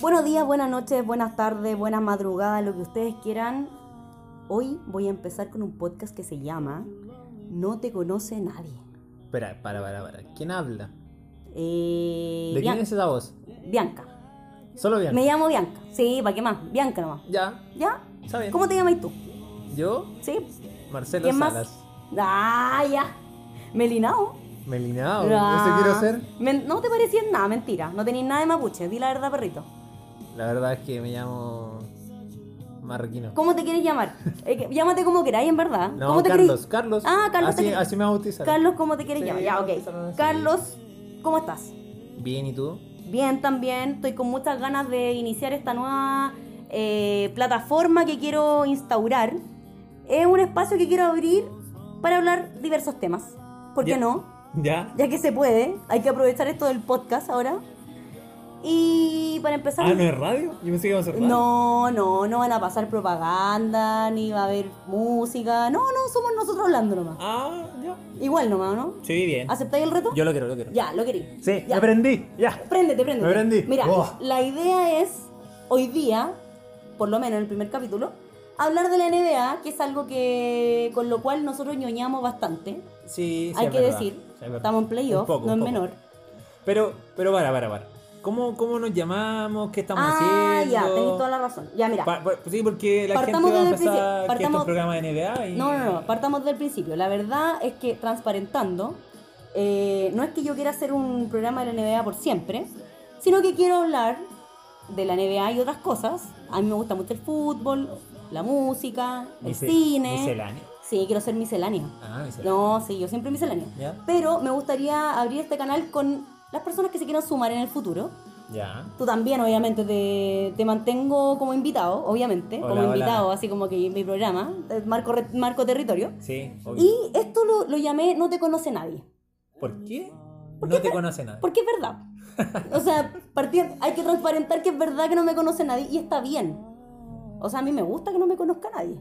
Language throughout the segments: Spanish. Buenos días, buenas noches, buenas tardes, buenas madrugadas, lo que ustedes quieran. Hoy voy a empezar con un podcast que se llama No te conoce nadie. Espera, para, para, para. ¿Quién habla? Eh, ¿De quién Bian- es esa voz? Bianca. Solo bien. Me llamo Bianca. Sí, ¿para qué más? Bianca nomás. Ya, ¿Ya? está bien. ¿Cómo te llamas tú? Yo, ¿Sí? Marcelo ¿Quién más? Salas. Ah, ya. Melinao. Melinao. Ah. Eso ¿este quiero ser. Men- no te parecías nada, mentira. No tenías nada de mapuche. Di la verdad, perrito. La verdad es que me llamo Marroquino. ¿Cómo te quieres llamar? Eh, que- llámate como queráis, en verdad. No, ¿Cómo te Carlos, queréis? Carlos. Ah, Carlos te Así, quer- así me bautizaron. Carlos, ¿cómo te quieres Sí, llamar? Ya, me bautizaron ok. así. Carlos, ¿cómo estás? Bien, ¿y tú? Bien, también. Estoy con muchas ganas de iniciar esta nueva eh, plataforma que quiero instaurar. Es un espacio que quiero abrir para hablar diversos temas. ¿Por qué Ya. no? ¿Ya? Ya que se puede, hay que aprovechar esto del podcast ahora. Y para empezar... Ah, es radio? Yo pensé que iba a ser No, no, no van a pasar propaganda, ni va a haber música. No, no, somos nosotros hablando nomás. Ah, ya. Igual nomás, ¿no? Sí, bien. ¿Aceptáis el reto? Yo lo quiero, lo quiero. Ya, lo queréis. Sí, ya. me prendí. Ya. Préndete, préndete. Me prendí. Mira, Oh. la idea es, hoy día, por lo menos en el primer capítulo, hablar de la NBA, que es algo que con lo cual nosotros ñoñamos bastante. Sí, sí, Hay es que verdad. decir, Sí, es verdad. estamos en playoff, Un poco, no un es poco. menor. Pero, pero, para, para, para. ¿Cómo, cómo nos llamamos? ¿Qué estamos ah, haciendo? ya, tenéis toda la razón. Ya, mira. Pa- pa- sí, porque la Partamos gente va a desde el pensar principio. que esto es Partamos- un programa de NBA y... No, no, no, partamos del principio. La verdad es que transparentando, eh, no es que yo quiera hacer un programa de la NBA por siempre, sino que quiero hablar de la NBA y otras cosas. A mí me gusta mucho el fútbol, la música, el Misce- cine. miscelánea. Sí, quiero ser miscelánea. Ah, miscelánea. No, sí, yo siempre miscelánea. Ya. Pero me gustaría abrir este canal con las personas que se quieran sumar en el futuro. Ya. Tú también, obviamente, te, te mantengo como invitado, obviamente, Hola, como hola. invitado, así como que en mi programa, eh, marco, re- marco territorio. Sí, obvio. Y esto lo, lo llamé No te conoce nadie. ¿Por qué? no te conoce nadie. Porque es verdad. O sea, partiendo- hay que transparentar que es verdad que no me conoce nadie y está bien. O sea, a mí me gusta que no me conozca nadie.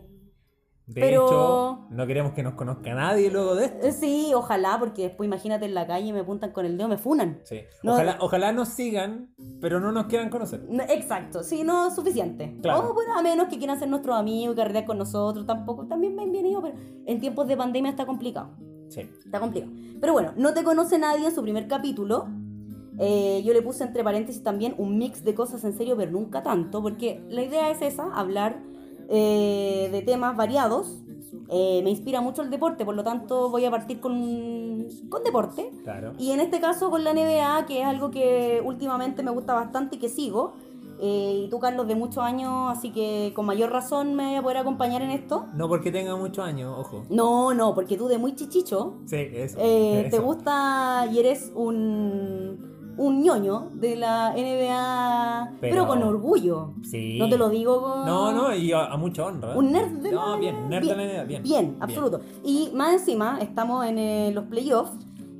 De pero- hecho, no queremos que nos conozca nadie luego de esto. Eh, Sí, ojalá, porque después imagínate en la calle me apuntan con el dedo, me funan. Sí. No, ojalá, ojalá nos sigan, pero no nos quieran conocer. No, exacto, sí, no es suficiente. Claro. O bueno, a menos que quieran ser nuestros amigos y carretear con nosotros, tampoco. También bienvenido, pero en tiempos de pandemia está complicado. Sí. Está complicado. Pero bueno, No te conoce nadie en su primer capítulo. Eh, yo le puse entre paréntesis también un mix de cosas en serio, pero nunca tanto, porque la idea es esa, hablar eh, de temas variados. Eh, me inspira mucho el deporte, por lo tanto voy a partir con, con deporte. Claro. Y en este caso con la NBA, que es algo que últimamente me gusta bastante y que sigo. Eh, y tú, Carlos, de muchos años, así que con mayor razón me voy a poder acompañar en esto. No porque tenga muchos años, ojo. No, no, porque tú de muy chichicho Sí, eso. eh, te eso. gusta y eres un, un ñoño de la NBA, pero, Pero- con orgullo. Sí. No te lo digo con... No, no, y a, a mucha honra. ¿eh? Un nerd de la No, bien, nerd de la NBA, bien. Bien, absoluto. Y más encima, estamos en eh, los playoffs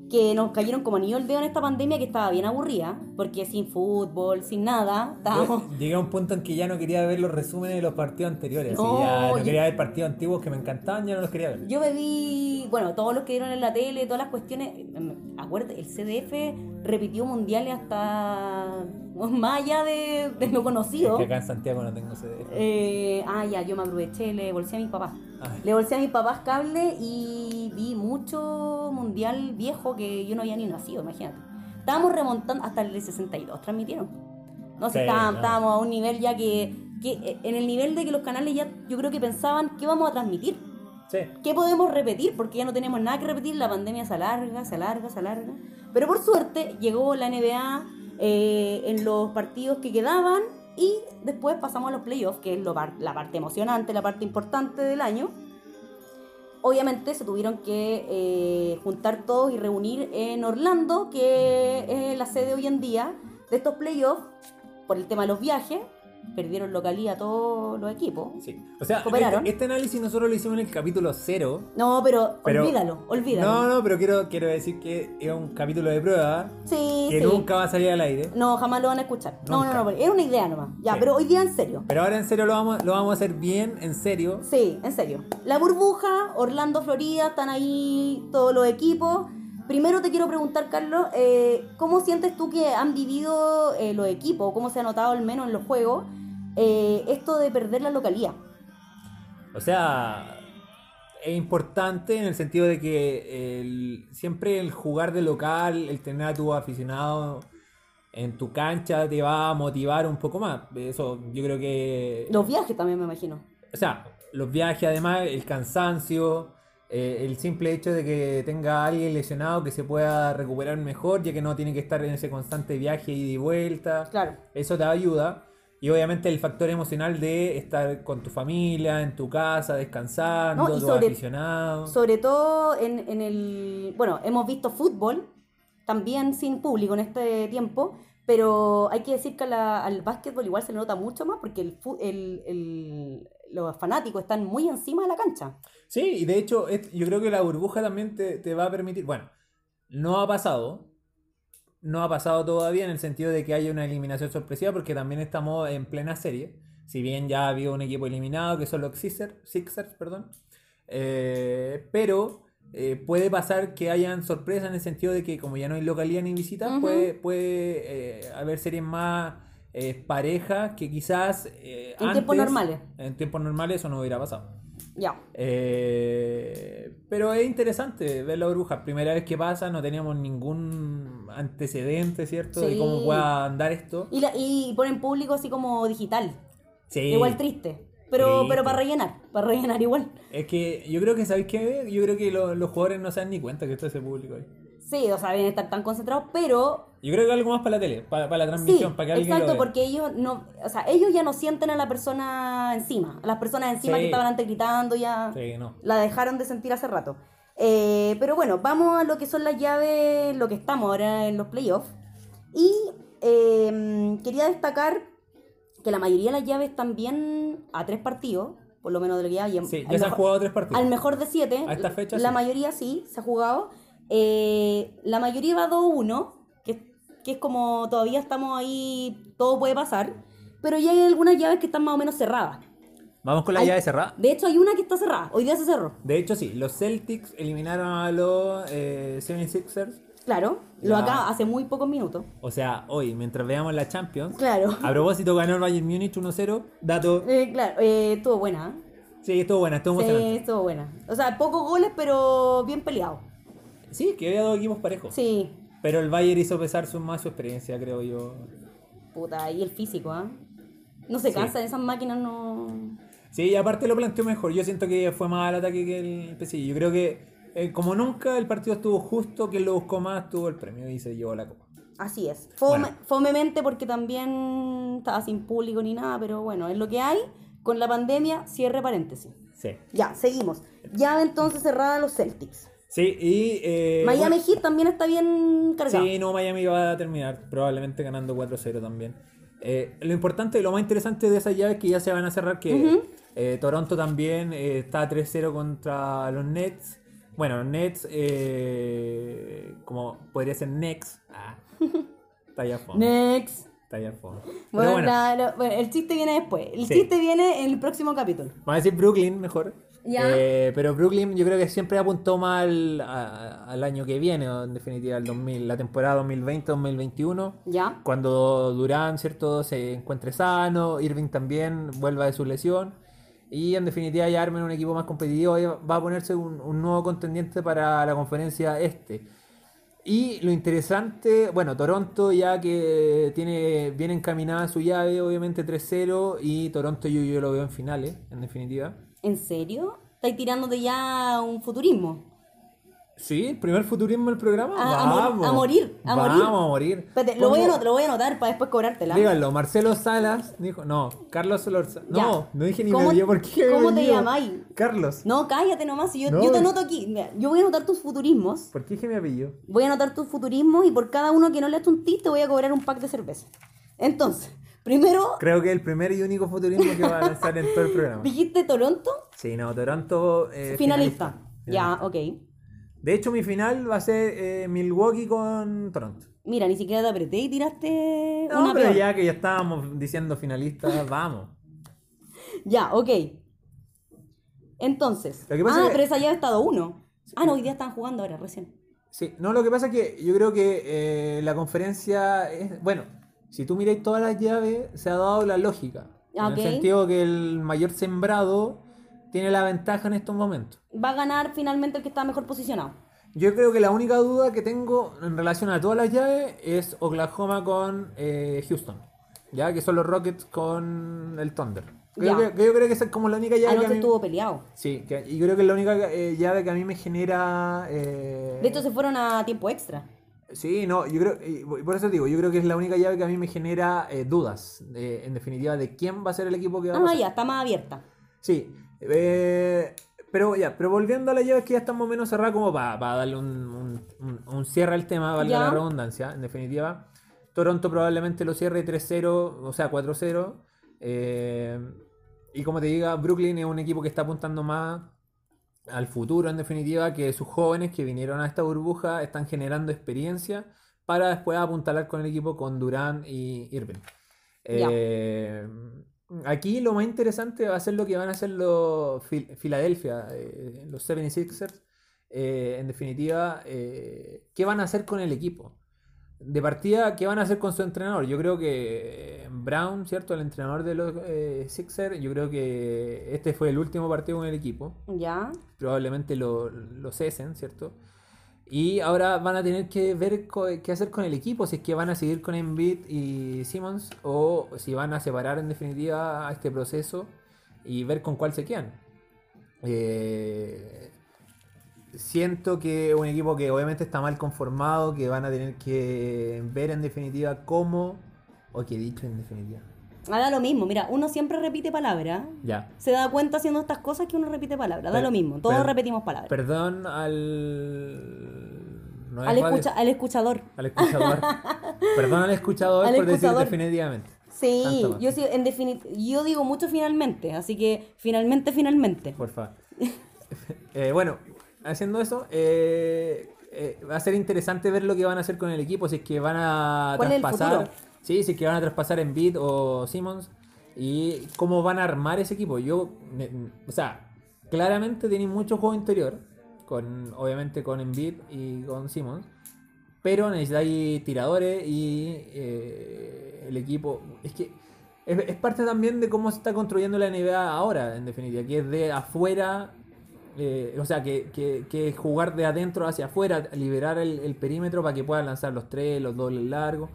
que nos cayeron como anillo el dedo en esta pandemia que estaba bien aburrida, porque sin fútbol, sin nada, estábamos... Yo Llegué a un punto en que ya no quería ver los resúmenes de los partidos anteriores. así, No, ya no yo- quería ver partidos antiguos que me encantaban, ya no los quería ver. Yo me vi, bueno, todos los que dieron en la tele, todas las cuestiones. mm, Acuérdate, el CDF repitió mundiales hasta bueno, más allá de, de lo Es conocido. que acá en Santiago no tengo CDF. Eh, ah, ya, yo me aproveché, le bolsé a mis papás. Ah. Le bolsé a mis papás cable y vi mucho mundial viejo que yo no había ni nacido, imagínate. Estábamos remontando, hasta el de 62 transmitieron. No sé, Sí, estábamos, no. estábamos a un nivel ya que, que, eh, en el nivel de que los canales ya, yo creo que pensaban, ¿qué vamos a transmitir? Sí. ¿Qué podemos repetir? Porque ya no tenemos nada que repetir, la pandemia se alarga, se alarga, se alarga. Pero por suerte llegó la NBA eh, en los partidos que quedaban y después pasamos a los playoffs, que es lo par- la parte emocionante, la parte importante del año. Obviamente se tuvieron que eh, juntar todos y reunir en Orlando, que es la sede hoy en día de estos playoffs, por el tema de los viajes. Perdieron localidad todos los equipos. Sí. O sea, Cooperaron. este, este análisis nosotros lo hicimos en el capítulo 0. No, pero, Pero- olvídalo, olvídalo. No, no, pero quiero, quiero decir que es un capítulo de prueba Sí, que sí. nunca va a salir al aire. No, jamás lo van a escuchar. No, no, Nunca. no, pero era una idea nomás. Ya, Sí. pero hoy día en serio. Pero ahora en serio lo vamos, lo vamos a hacer bien, en serio. Sí, en serio. La burbuja, Orlando, Florida, están ahí todos los equipos. Primero te quiero preguntar, Carlos, eh, ¿cómo sientes tú que han vivido eh, los equipos? ¿Cómo se ha notado al menos en los juegos eh, esto de perder la localía? O sea, es importante en el sentido de que el- siempre el jugar de local, el tener a tu aficionado en tu cancha te va a motivar un poco más. Eso yo creo que... Los viajes también, me imagino. O sea, los viajes además, el cansancio, eh, el simple hecho de que tenga a alguien lesionado que se pueda recuperar mejor, ya que no tiene que estar en ese constante viaje ida y vuelta. Claro. Eso te ayuda. Y obviamente el factor emocional de estar con tu familia, en tu casa, descansando, No, y tus sobre- aficionados. Sobre todo en, en el. Bueno, hemos visto fútbol también sin público en este tiempo, pero hay que decir que a la- al básquetbol igual se le nota mucho más porque el, fu- el- el- los fanáticos están muy encima de la cancha. Sí, y de hecho, es- yo creo que la burbuja también te, te va a permitir. Bueno, no ha pasado. No ha pasado todavía en el sentido de que haya una eliminación sorpresiva, porque también estamos en plena serie. Si bien ya había un equipo eliminado, que son los Sixers, Sixers perdón. eh, pero eh, puede pasar que hayan sorpresas en el sentido de que, como ya no hay localidad ni visitas, Ujú. puede, puede eh, haber series más eh, parejas que quizás. eh, En tiempos antes, normales. En tiempos normales eso no hubiera pasado. Ya. Eh, pero es interesante ver la burbuja. Primera vez que pasa, no teníamos ningún antecedente, ¿cierto? De Sí. cómo pueda andar esto. Y, la- y ponen público así como digital. Sí. Igual triste. Pero, Triste. pero para rellenar, para rellenar igual. Es que yo creo que, ¿sabéis qué? Yo creo que lo- los jugadores no se dan ni cuenta que esto es el público ahí. Sí, o sea, deben estar tan concentrados, pero Yo creo que algo más para la tele, para, para la Sí, transmisión, para que alguien exacto, lo vea. porque ellos no, o sea, ellos ya no sienten a la persona encima, a las personas encima Sí. que estaban antes gritando ya Sí, no. la dejaron de sentir hace rato. Eh, pero bueno, vamos a lo que son las llaves, lo que estamos ahora en los playoffs. Y eh, quería destacar que la mayoría de las llaves están bien a tres partidos, por lo menos de lo que hay. Sí, hay ya se han mejor- jugado tres partidos. al mejor de 7. A esta fecha, La sí. mayoría sí, se ha jugado. Eh, la mayoría va 2-1, que, que es como todavía estamos ahí, todo puede pasar. Pero ya hay algunas llaves que están más o menos cerradas. Vamos con la Hay- llave cerrada. De hecho, hay una que está cerrada. Hoy día se cerró. De hecho, sí, los Celtics eliminaron a los eh, 76ers. Claro, lo Ya. acá hace muy pocos minutos. O sea, hoy, mientras veamos la Champions, Claro. a propósito, ganó el Bayern Múnich 1-0. Dato Eh, claro, eh, estuvo buena. ¿eh? Sí, estuvo buena, estuvo Sí, emocionante. estuvo buena. O sea, pocos goles, pero bien peleado. Sí, que había dos equipos parejos. Sí, Pero el Bayern hizo pesar su, más su experiencia, creo yo. puta, y el físico, ¿ah? No se Sí. cansan, esas máquinas no. Sí, y aparte lo planteó mejor. Yo siento que fue más al ataque que el PSG. Yo creo que, eh, como nunca, el partido estuvo justo. Quien lo buscó más tuvo el premio y se llevó la copa. Así es. Fome, Bueno. Fomemente porque también estaba sin público ni nada, pero bueno, es lo que hay. Con la pandemia, cierre paréntesis. Sí. Ya, seguimos. Ya entonces cerrada los Celtics. Sí, y. eh, Miami bueno, Heat también está bien cargado. Sí, no, Miami va a terminar probablemente ganando 4-0 también. Eh, lo importante, lo más interesante de esas llaves que ya se van a cerrar, que eh, Toronto también eh, está 3-0 contra los Nets. Bueno, los Nets, eh, como podría ser Next. Ah, talla fondo. Next. Talla fondo. Pero Bueno, bueno, la- la- bueno, el chiste viene después. El Sí. chiste viene en el próximo capítulo. Vamos a decir Brooklyn mejor. Ya. Eh, pero Brooklyn yo creo que siempre apuntó mal a- al año que viene, o en definitiva al 2000, la temporada 2020-2021. ¿Ya? Cuando Durán, ¿cierto? Se encuentre sano, Irving también vuelva de su lesión. Y en definitiva ya armen un equipo más competitivo. y Va a ponerse un, un nuevo contendiente para la conferencia este. Y lo interesante, bueno, Toronto ya que tiene bien encaminada su llave, obviamente 3-0. Y Toronto yo, yo lo veo en finales, en definitiva. ¿En serio? ¿Estáis tirándote ya un futurismo? Sí, el primer futurismo del programa. A- Ah, a mor- Vamos. a morir, a morir. Vamos a morir. Espérate, lo voy, a Pongo- anotar, lo voy a anotar para después cobrártela. Díganlo, Marcelo Salas dijo, no, Carlos Solorza. No, Ya. no dije ni ¿Cómo- medio por qué. cómo me te dio? llamáis? Carlos. No, cállate nomás. si Yo, No. eh. yo te anoto aquí. Mira, yo voy a anotar tus futurismos. ¿Por qué dije mi apellido? Voy a anotar tus futurismos y por cada uno que no le un ti te voy a cobrar un pack de cerveza. Entonces, primero Creo que es el primer y único futurismo que va a lanzar en todo el programa. dijiste Toronto, Sí, no, Toronto. eh, finalista. Ya, ok. De hecho, mi final va a ser eh, Milwaukee con Toronto. Mira, ni siquiera te apreté y tiraste No, una pero peor. ya que ya estábamos diciendo finalistas, vamos. Ya, ok. Entonces. Lo que pasa ah, es que- pero esa llave ha estado uno. Ah, no, hoy día están jugando ahora, recién. Sí, no, lo que pasa es que yo creo que eh, la conferencia es. Bueno, si tú miráis todas las llaves, se ha dado la lógica. En Ok. el sentido que el mayor sembrado tiene la ventaja en estos momentos. Va a ganar finalmente el que está mejor posicionado. Yo creo que la única duda que tengo en relación a todas las llaves es Oklahoma con eh, Houston. Ya que son los Rockets con el Thunder. Creo Ya. que, yo creo que esa es como la única llave que a Anoche mí- estuvo peleado. Sí, que- y creo que es la única eh, llave que a mí me genera... eh, De hecho, se fueron a tiempo extra. Sí, no, yo creo, y por por eso digo, yo creo que es la única llave que a mí me genera eh, dudas, eh, en definitiva, de quién va a ser el equipo que va a Ah, pasar. ya, está más abierta. Sí, eh, pero ya, pero volviendo a las llaves que ya están más o menos cerradas, como para, darle un, un- un- un cierre al tema, valga Ya. la redundancia, en definitiva, Toronto probablemente lo cierre 3-0, o sea, 4-0, eh, y como te diga, Brooklyn es un equipo que está apuntando más al futuro, en definitiva, que sus jóvenes que vinieron a esta burbuja están generando experiencia para después apuntalar con el equipo con Durán y Irving. Ya. Eh, aquí lo más interesante va a ser lo que van a hacer los Fil- Filadelfia, eh, los 76ers. eh, en definitiva, eh, ¿qué van a hacer con el equipo? De partida, ¿qué van a hacer con su entrenador? Yo creo que eh, Brown, ¿cierto? El entrenador de los eh, Sixers, yo creo que este fue el último partido con el equipo Ya. probablemente lo, lo cesen, ¿cierto? Y ahora van a tener que ver co- qué hacer con el equipo, si es que van a seguir con Embiid y Simmons o si van a separar en definitiva a este proceso y ver con cuál se quedan. Eh, siento que es un equipo que obviamente está mal conformado, que van a tener que ver en definitiva cómo, o que he dicho en definitiva. Ah, da lo mismo. Mira, uno siempre repite palabra. Ya, Se da cuenta haciendo estas cosas que uno repite palabra. Da Per- lo mismo. Todos per- repetimos palabras. perdón al... no es al, radio. escucha- al escuchador. Al escuchador. Perdón al escuchador Al por escuchador. decir definitivamente. Sí, Tanto más. yo, sí, en definit- yo digo mucho finalmente, así que finalmente, finalmente. Por favor. Eh, bueno, haciendo eso, eh, eh, va a ser interesante ver lo que van a hacer con el equipo, si es que van a ¿Cuál es el traspasar. futuro? Sí, si es que van a traspasar en Bid o Simmons. Y cómo van a armar ese equipo. Yo, me- o sea, claramente tienen mucho juego interior. Con, obviamente con Embiid y con Simmons. Pero necesitáis tiradores y eh, el equipo. Es que es, es parte también de cómo se está construyendo la NBA ahora, en definitiva, que es de afuera. eh, o sea, que, que- que es jugar de adentro hacia afuera, liberar el, el perímetro para que puedan lanzar los tres, los dobles largos.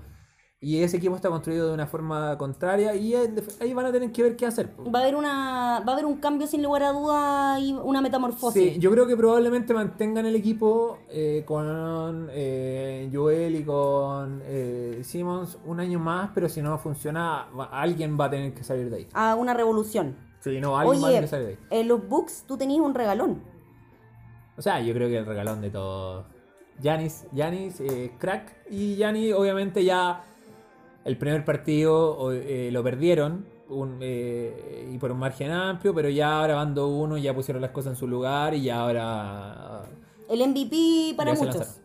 Y ese equipo está construido de una forma contraria y en def- ahí van a tener que ver qué hacer. po. Va a haber una va a haber un cambio sin lugar a duda y una metamorfosis. Sí, yo creo que probablemente mantengan el equipo eh, con eh, Joel y con eh, Simmons un año más, pero si no funciona, va- alguien va a tener que salir de ahí. A una revolución. Sí, no, alguien Oye, va a tener que salir de ahí. en los books tú tenías un regalón. O sea, yo creo que el regalón de todos. Yanis, Yanis, eh, crack. Y Yanis, obviamente, ya el primer partido o- eh, lo perdieron. un, eh, y por un margen amplio, pero ya ahora van 2-1, ya pusieron las cosas en su lugar y ya ahora El MVP para Ya se muchos. lanzaron.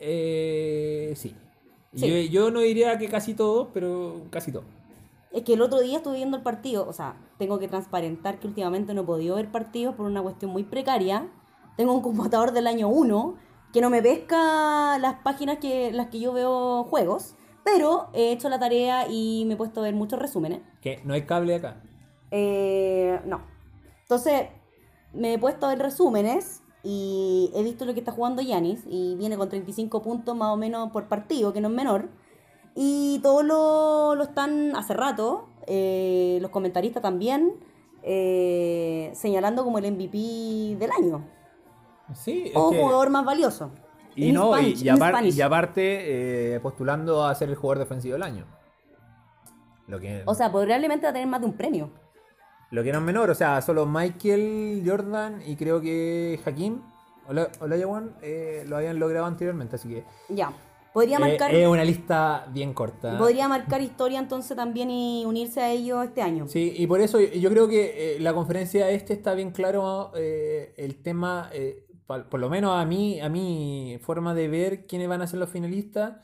Eh, sí. Sí. Yo, yo no diría que casi todos, pero casi todos. Es que el otro día estuve viendo el partido, o sea, tengo que transparentar que últimamente no he podido ver partidos por una cuestión muy precaria. Tengo un computador del año 1 que no me pesca las páginas que las que yo veo juegos, pero he hecho la tarea y me he puesto a ver muchos resúmenes. Que no hay cable acá. Eh, no. Entonces, me he puesto en resúmenes y he visto lo que está jugando Yanis y viene con 35 puntos más o menos por partido, que no es menor. Y todos lo, lo están hace rato, eh, los comentaristas también, eh, señalando como el MVP del año Sí, es o que- Oh, jugador más valioso. Y In no, y- Spanish, y, in apar- Spanish. y aparte eh, postulando a ser el jugador defensivo del año. Lo que, O sea, probablemente va a tener más de un premio. lo que no es menor, o sea, solo Michael, Jordan y creo que Hakim Ola- Olajuwon eh, lo habían logrado anteriormente, así que Ya. Podría eh, marcar. es una lista bien corta. Podría marcar historia entonces también y unirse a ellos este año. Sí, y por eso yo- yo creo que eh, la conferencia este está bien claro eh, el tema, eh, pa- por lo menos a mí, a mi forma de ver quiénes van a ser los finalistas,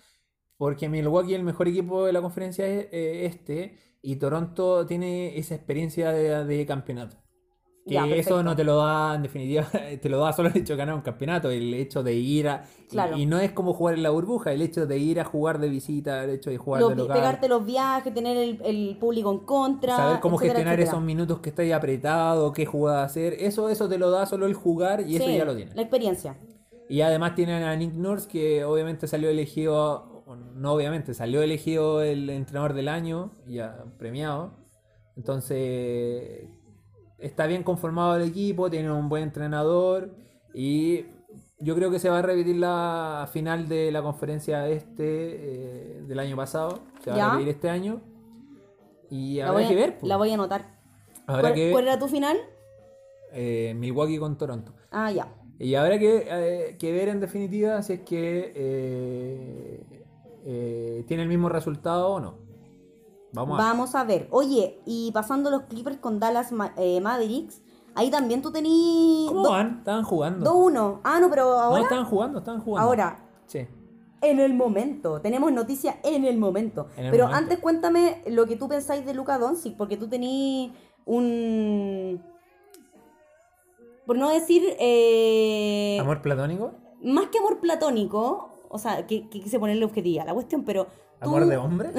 porque Milwaukee es el mejor equipo de la conferencia es, eh, este y Toronto tiene esa experiencia de, de campeonato. Que Ya, perfecto. eso no te lo da, en definitiva, te lo da solo el hecho de ganar un campeonato, el hecho de ir a... y- Claro. Y, no es como jugar en la burbuja, el hecho de ir a jugar de visita, el hecho de jugar Los de vi- local, pegarte los viajes, tener el, el público en contra. saber cómo etcétera, gestionar etcétera. esos minutos que estáis apretado, qué jugada hacer, eso, eso te lo da solo el jugar y eso Sí, ya lo tienes. La experiencia. Y además tienen a Nick Nurse, que obviamente salió elegido, o no obviamente, salió elegido el entrenador del año, ya premiado. Entonces, está bien conformado el equipo, tiene un buen entrenador y yo creo que se va a repetir la final de la conferencia este eh, del año pasado, se va Ya. a repetir este año. Y La habrá voy, a, que ver. pues. la voy a anotar. Habrá ¿Cuál, que cuál ver era tu final? eh, Milwaukee con Toronto. Ah, ya. Y habrá que, eh, que ver en definitiva si es que eh, eh, tiene el mismo resultado o no. Vamos a ver. Vamos a ver. Oye, y pasando los Clippers con Dallas Ma- eh, Mavericks, ahí también tú tenías ¿Cómo van? Estaban jugando. 2-1. Ah, no, pero No, ahora. estaban jugando, estaban jugando. ahora, Sí. en el momento. Tenemos noticia en el momento. En el pero momento. antes cuéntame lo que tú pensáis de Luca Doncic, porque tú tenías un. Por no decir. eh, ¿Amor platónico? Más que amor platónico, o sea, que, que quise ponerle objetividad a la cuestión, pero. tú- ¿Amor de hombre?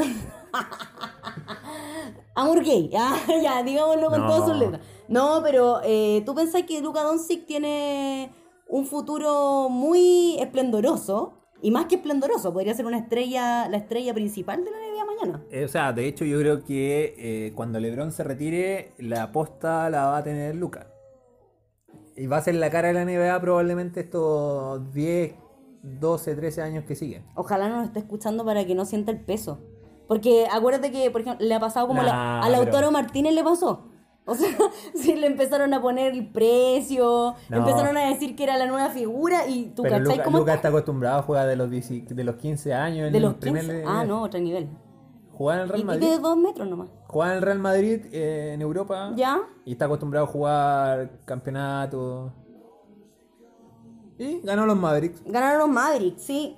Amor gay, ah, ya, digámoslo con No. todas sus letras. No, pero eh, tú pensás que Luka Doncic tiene un futuro muy esplendoroso, y más que esplendoroso, podría ser una estrella, la estrella principal de la NBA mañana. Eh, o sea, de hecho yo creo que eh, cuando Lebron se retire, la aposta la va a tener Luca. Y va a ser la cara de la NBA probablemente estos 10, 12, 13 años que siguen. Ojalá no lo esté escuchando para que no sienta el peso. Porque acuérdate que, por ejemplo, le ha pasado como la- Nah, al pero- Lautaro Martínez le pasó. O sea, sí le empezaron a poner el precio, le No. empezaron a decir que era la nueva figura y tú Pero cachai Luca, cómo Luca está? está acostumbrado a jugar de los, 10 de los 15 años en de el los primer 15. nivel. Ah, no, otro nivel. Jugaba en el Y- Real Y Madrid. de dos metros nomás. Jugaba en el Real Madrid eh, en Europa. Ya. Y está acostumbrado a jugar campeonato. Y ganó los Mavericks. Ganaron los Mavericks, sí.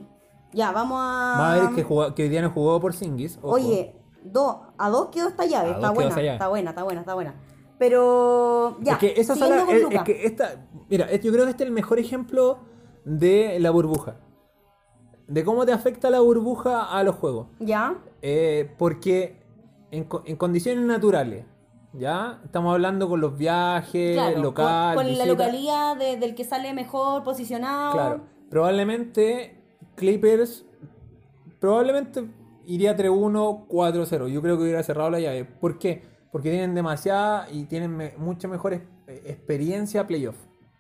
Ya, vamos a. Mavericks que, jugó- que hoy día no jugó por Singis. ojo. Ah. Oye, dos, a dos quedó esta llave. A Está dos quedó buena, esta llave. está buena, está buena, está buena. Pero. Ya, es que esa siguiendo sala- con es- es Luca. que esta, mira, es- yo creo que este es el mejor ejemplo de la burbuja. De cómo te afecta la burbuja a los juegos. Ya, Eh, porque en, co- en condiciones naturales, ¿ya? Estamos hablando con los viajes, claro. Eh, local, con con la visita. localidad de- del que sale mejor posicionado. Claro. Probablemente Clippers, probablemente iría 3-1, 4-0. Yo creo que hubiera cerrado la llave. ¿Por qué? Porque tienen demasiada y tienen me- mucha mejor es- eh, experiencia playoff.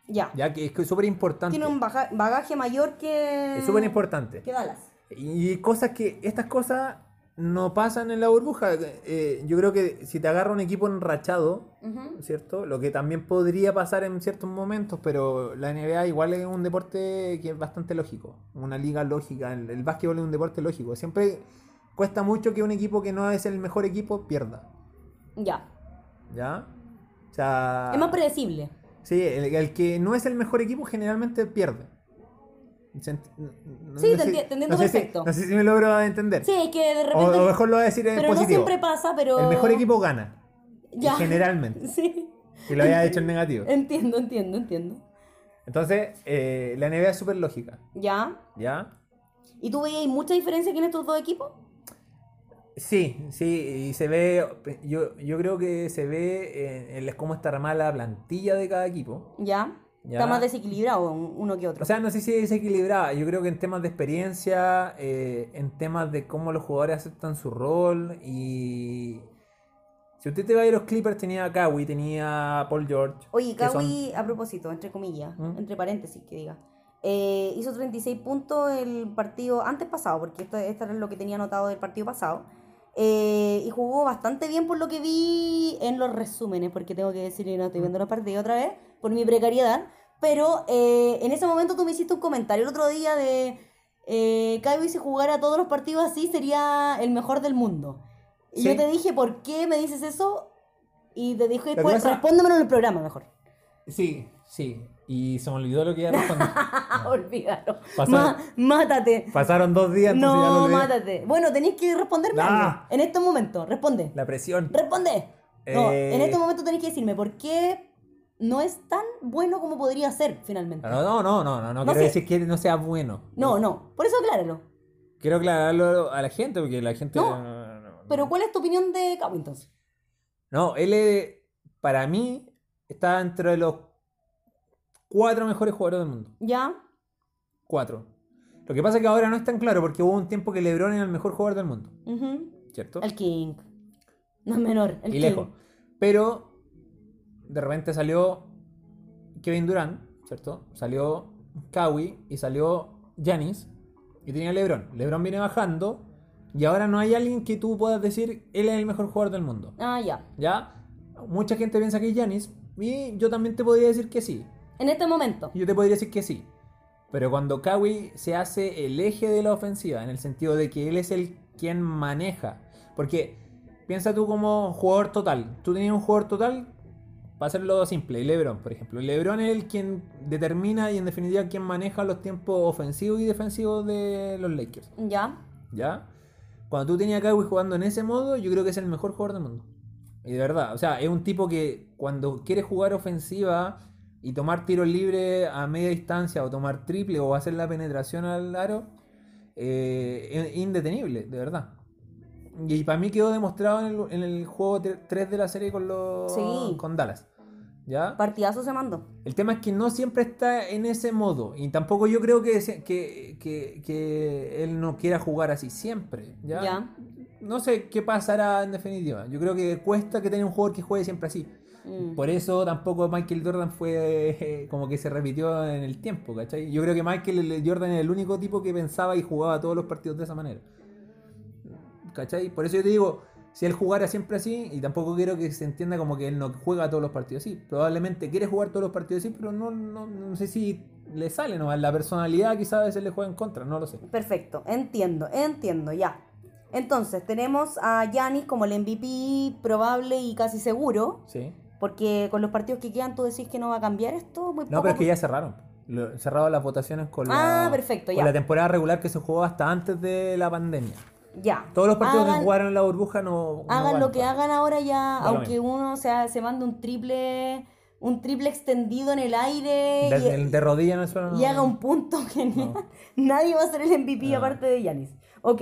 Ya. Ya que es que es súper importante. Tiene un baja- bagaje mayor que. Es súper importante. Que Dallas. Y cosas que, estas cosas no pasan en la burbuja. Eh, yo creo que si te agarra un equipo enrachado, Ujú. ¿cierto? Lo que también podría pasar en ciertos momentos, pero la NBA igual es un deporte que es bastante lógico, una liga lógica, el, el básquetbol es un deporte lógico, siempre cuesta mucho que un equipo que no es el mejor equipo pierda, Ya. ¿ya? O sea, Es más predecible. sí, el, el que no es el mejor equipo generalmente pierde. ¿Se ent- no- Sí, te no sé- enti- te entiendo no sé si- perfecto. no sé si me logro entender. Sí, es que de o, repente. o mejor lo voy a decir en pero no positivo. siempre pasa, pero. El mejor equipo gana, Ya. generalmente, Sí. que lo haya hecho en negativo. Entiendo, entiendo, entiendo. Entonces, eh, la NBA es súper lógica, Ya. ¿ya? ¿Y tú veías mucha diferencia aquí en estos dos equipos? Sí, sí, y se ve, yo, yo creo que se ve en, en cómo está armada la plantilla de cada equipo. Ya. Ya. Está más desequilibrado un- uno que otro. O sea, no sé si es equilibrada, yo creo que en temas de experiencia, eh, en temas de cómo los jugadores aceptan su rol y... Si usted te va a ir a los Clippers, tenía a Kawhi, tenía a Paul George. Oye, que son- Kawhi, a propósito, entre comillas, ¿Mm? entre paréntesis que diga, eh, hizo 36 puntos el partido antes pasado, porque esto, esto era lo que tenía anotado del partido pasado. eh, y jugó bastante bien por lo que vi en los resúmenes, porque tengo que decir que no ¿Mm? estoy viendo los partidos otra vez, por mi precariedad. Pero eh, en ese momento tú me hiciste un comentario el otro día de eh, Kawhi si jugara todos los partidos así sería el mejor del mundo. Y yo Sí. te dije, ¿por qué me dices eso? Y te dije, que después, pasa- respóndemelo en el programa mejor. Sí, sí. Y se me olvidó lo que iba a responder. Ah, olvídalo. Pasó. Ma- mátate. Pasaron dos días, entonces ya lo No, olvidé. mátate. Bueno, tenéis que responderme Ah. algo. En este momento, responde. La presión. Responde. No, este Eh. en este momento tenéis que decirme por qué no es tan bueno como podría ser finalmente. No, no, no, no, no, no No quiero sé. decir que no sea bueno. No, no. Por eso acláralo. Quiero aclararlo a la gente porque la gente. No, no, no, no. Pero ¿cuál es tu opinión de Cabo entonces? No, él es- para mí está entre los cuatro mejores jugadores del mundo. ¿Ya? Cuatro. Lo que pasa es que ahora no es tan claro porque hubo un tiempo que LeBron era el mejor jugador del mundo, Ujú. ¿cierto? El King. No es menor. El y King. lejos. Pero de repente salió Kevin Durant, ¿cierto? Salió Kawhi y salió Giannis y tenía LeBron. LeBron viene bajando y ahora no hay alguien que tú puedas decir él es el mejor jugador del mundo. Ah, ya. ¿Ya? Mucha gente piensa que es Giannis y yo también te podría decir que sí. En este momento. Yo te podría decir que sí. Pero cuando Kawhi se hace el eje de la ofensiva, en el sentido de que él es el quien maneja. Porque piensa tú como jugador total. Tú tenías un jugador total, para hacerlo simple, LeBron, por ejemplo. LeBron es el quien determina y en definitiva quien maneja los tiempos ofensivos y defensivos de los Lakers. Ya. ¿Ya? Cuando tú tenías a Kawhi jugando en ese modo, yo creo que es el mejor jugador del mundo. Y de verdad, o sea, es un tipo que cuando quiere jugar ofensiva y tomar tiros libres a media distancia o tomar triple o hacer la penetración al aro, eh, es indetenible, de verdad. Y para mí quedó demostrado en el, en el juego 3 de la serie con los Sí. con Dallas. ¿Ya? Partidazo se mandó. El tema es que no siempre está en ese modo. Y tampoco yo creo que, se- que, que- que él no quiera jugar así siempre. ¿ya? Ya. No sé qué pasará en definitiva. Yo creo que cuesta que tenga un jugador que juegue siempre así. Mm. Por eso tampoco Michael Jordan fue eh, como que se repitió en el tiempo, ¿cachai? Yo creo que Michael Jordan era el único tipo que pensaba y jugaba todos los partidos de esa manera. ¿Cachai? Por eso yo te digo, si él jugara siempre así, y tampoco quiero que se entienda como que él no juega todos los partidos así. Probablemente quiere jugar todos los partidos así, pero no, no, no sé si le sale nomás. La personalidad quizás a veces le juega en contra, no lo sé. Perfecto, entiendo, entiendo, ya. Entonces, tenemos a Yanis como el MVP probable y casi seguro, Sí. porque con los partidos que quedan tú decís que no va a cambiar esto, muy No, poco pero es que po- ya cerraron. Lo- Cerraron las votaciones con, la, Ah, perfecto, con ya. la temporada regular que se jugó hasta antes de la pandemia. ya. Todos los partidos Hagan- que jugaron en la burbuja no. no Hagan lo cuentan. que hagan ahora ya, Da lo aunque uno sea, se mande un triple un triple extendido en el aire De, y, de- de rodilla en el suelo. no- y haga un punto genial, nadie va a ser el MVP No. aparte de Yanis. Ok.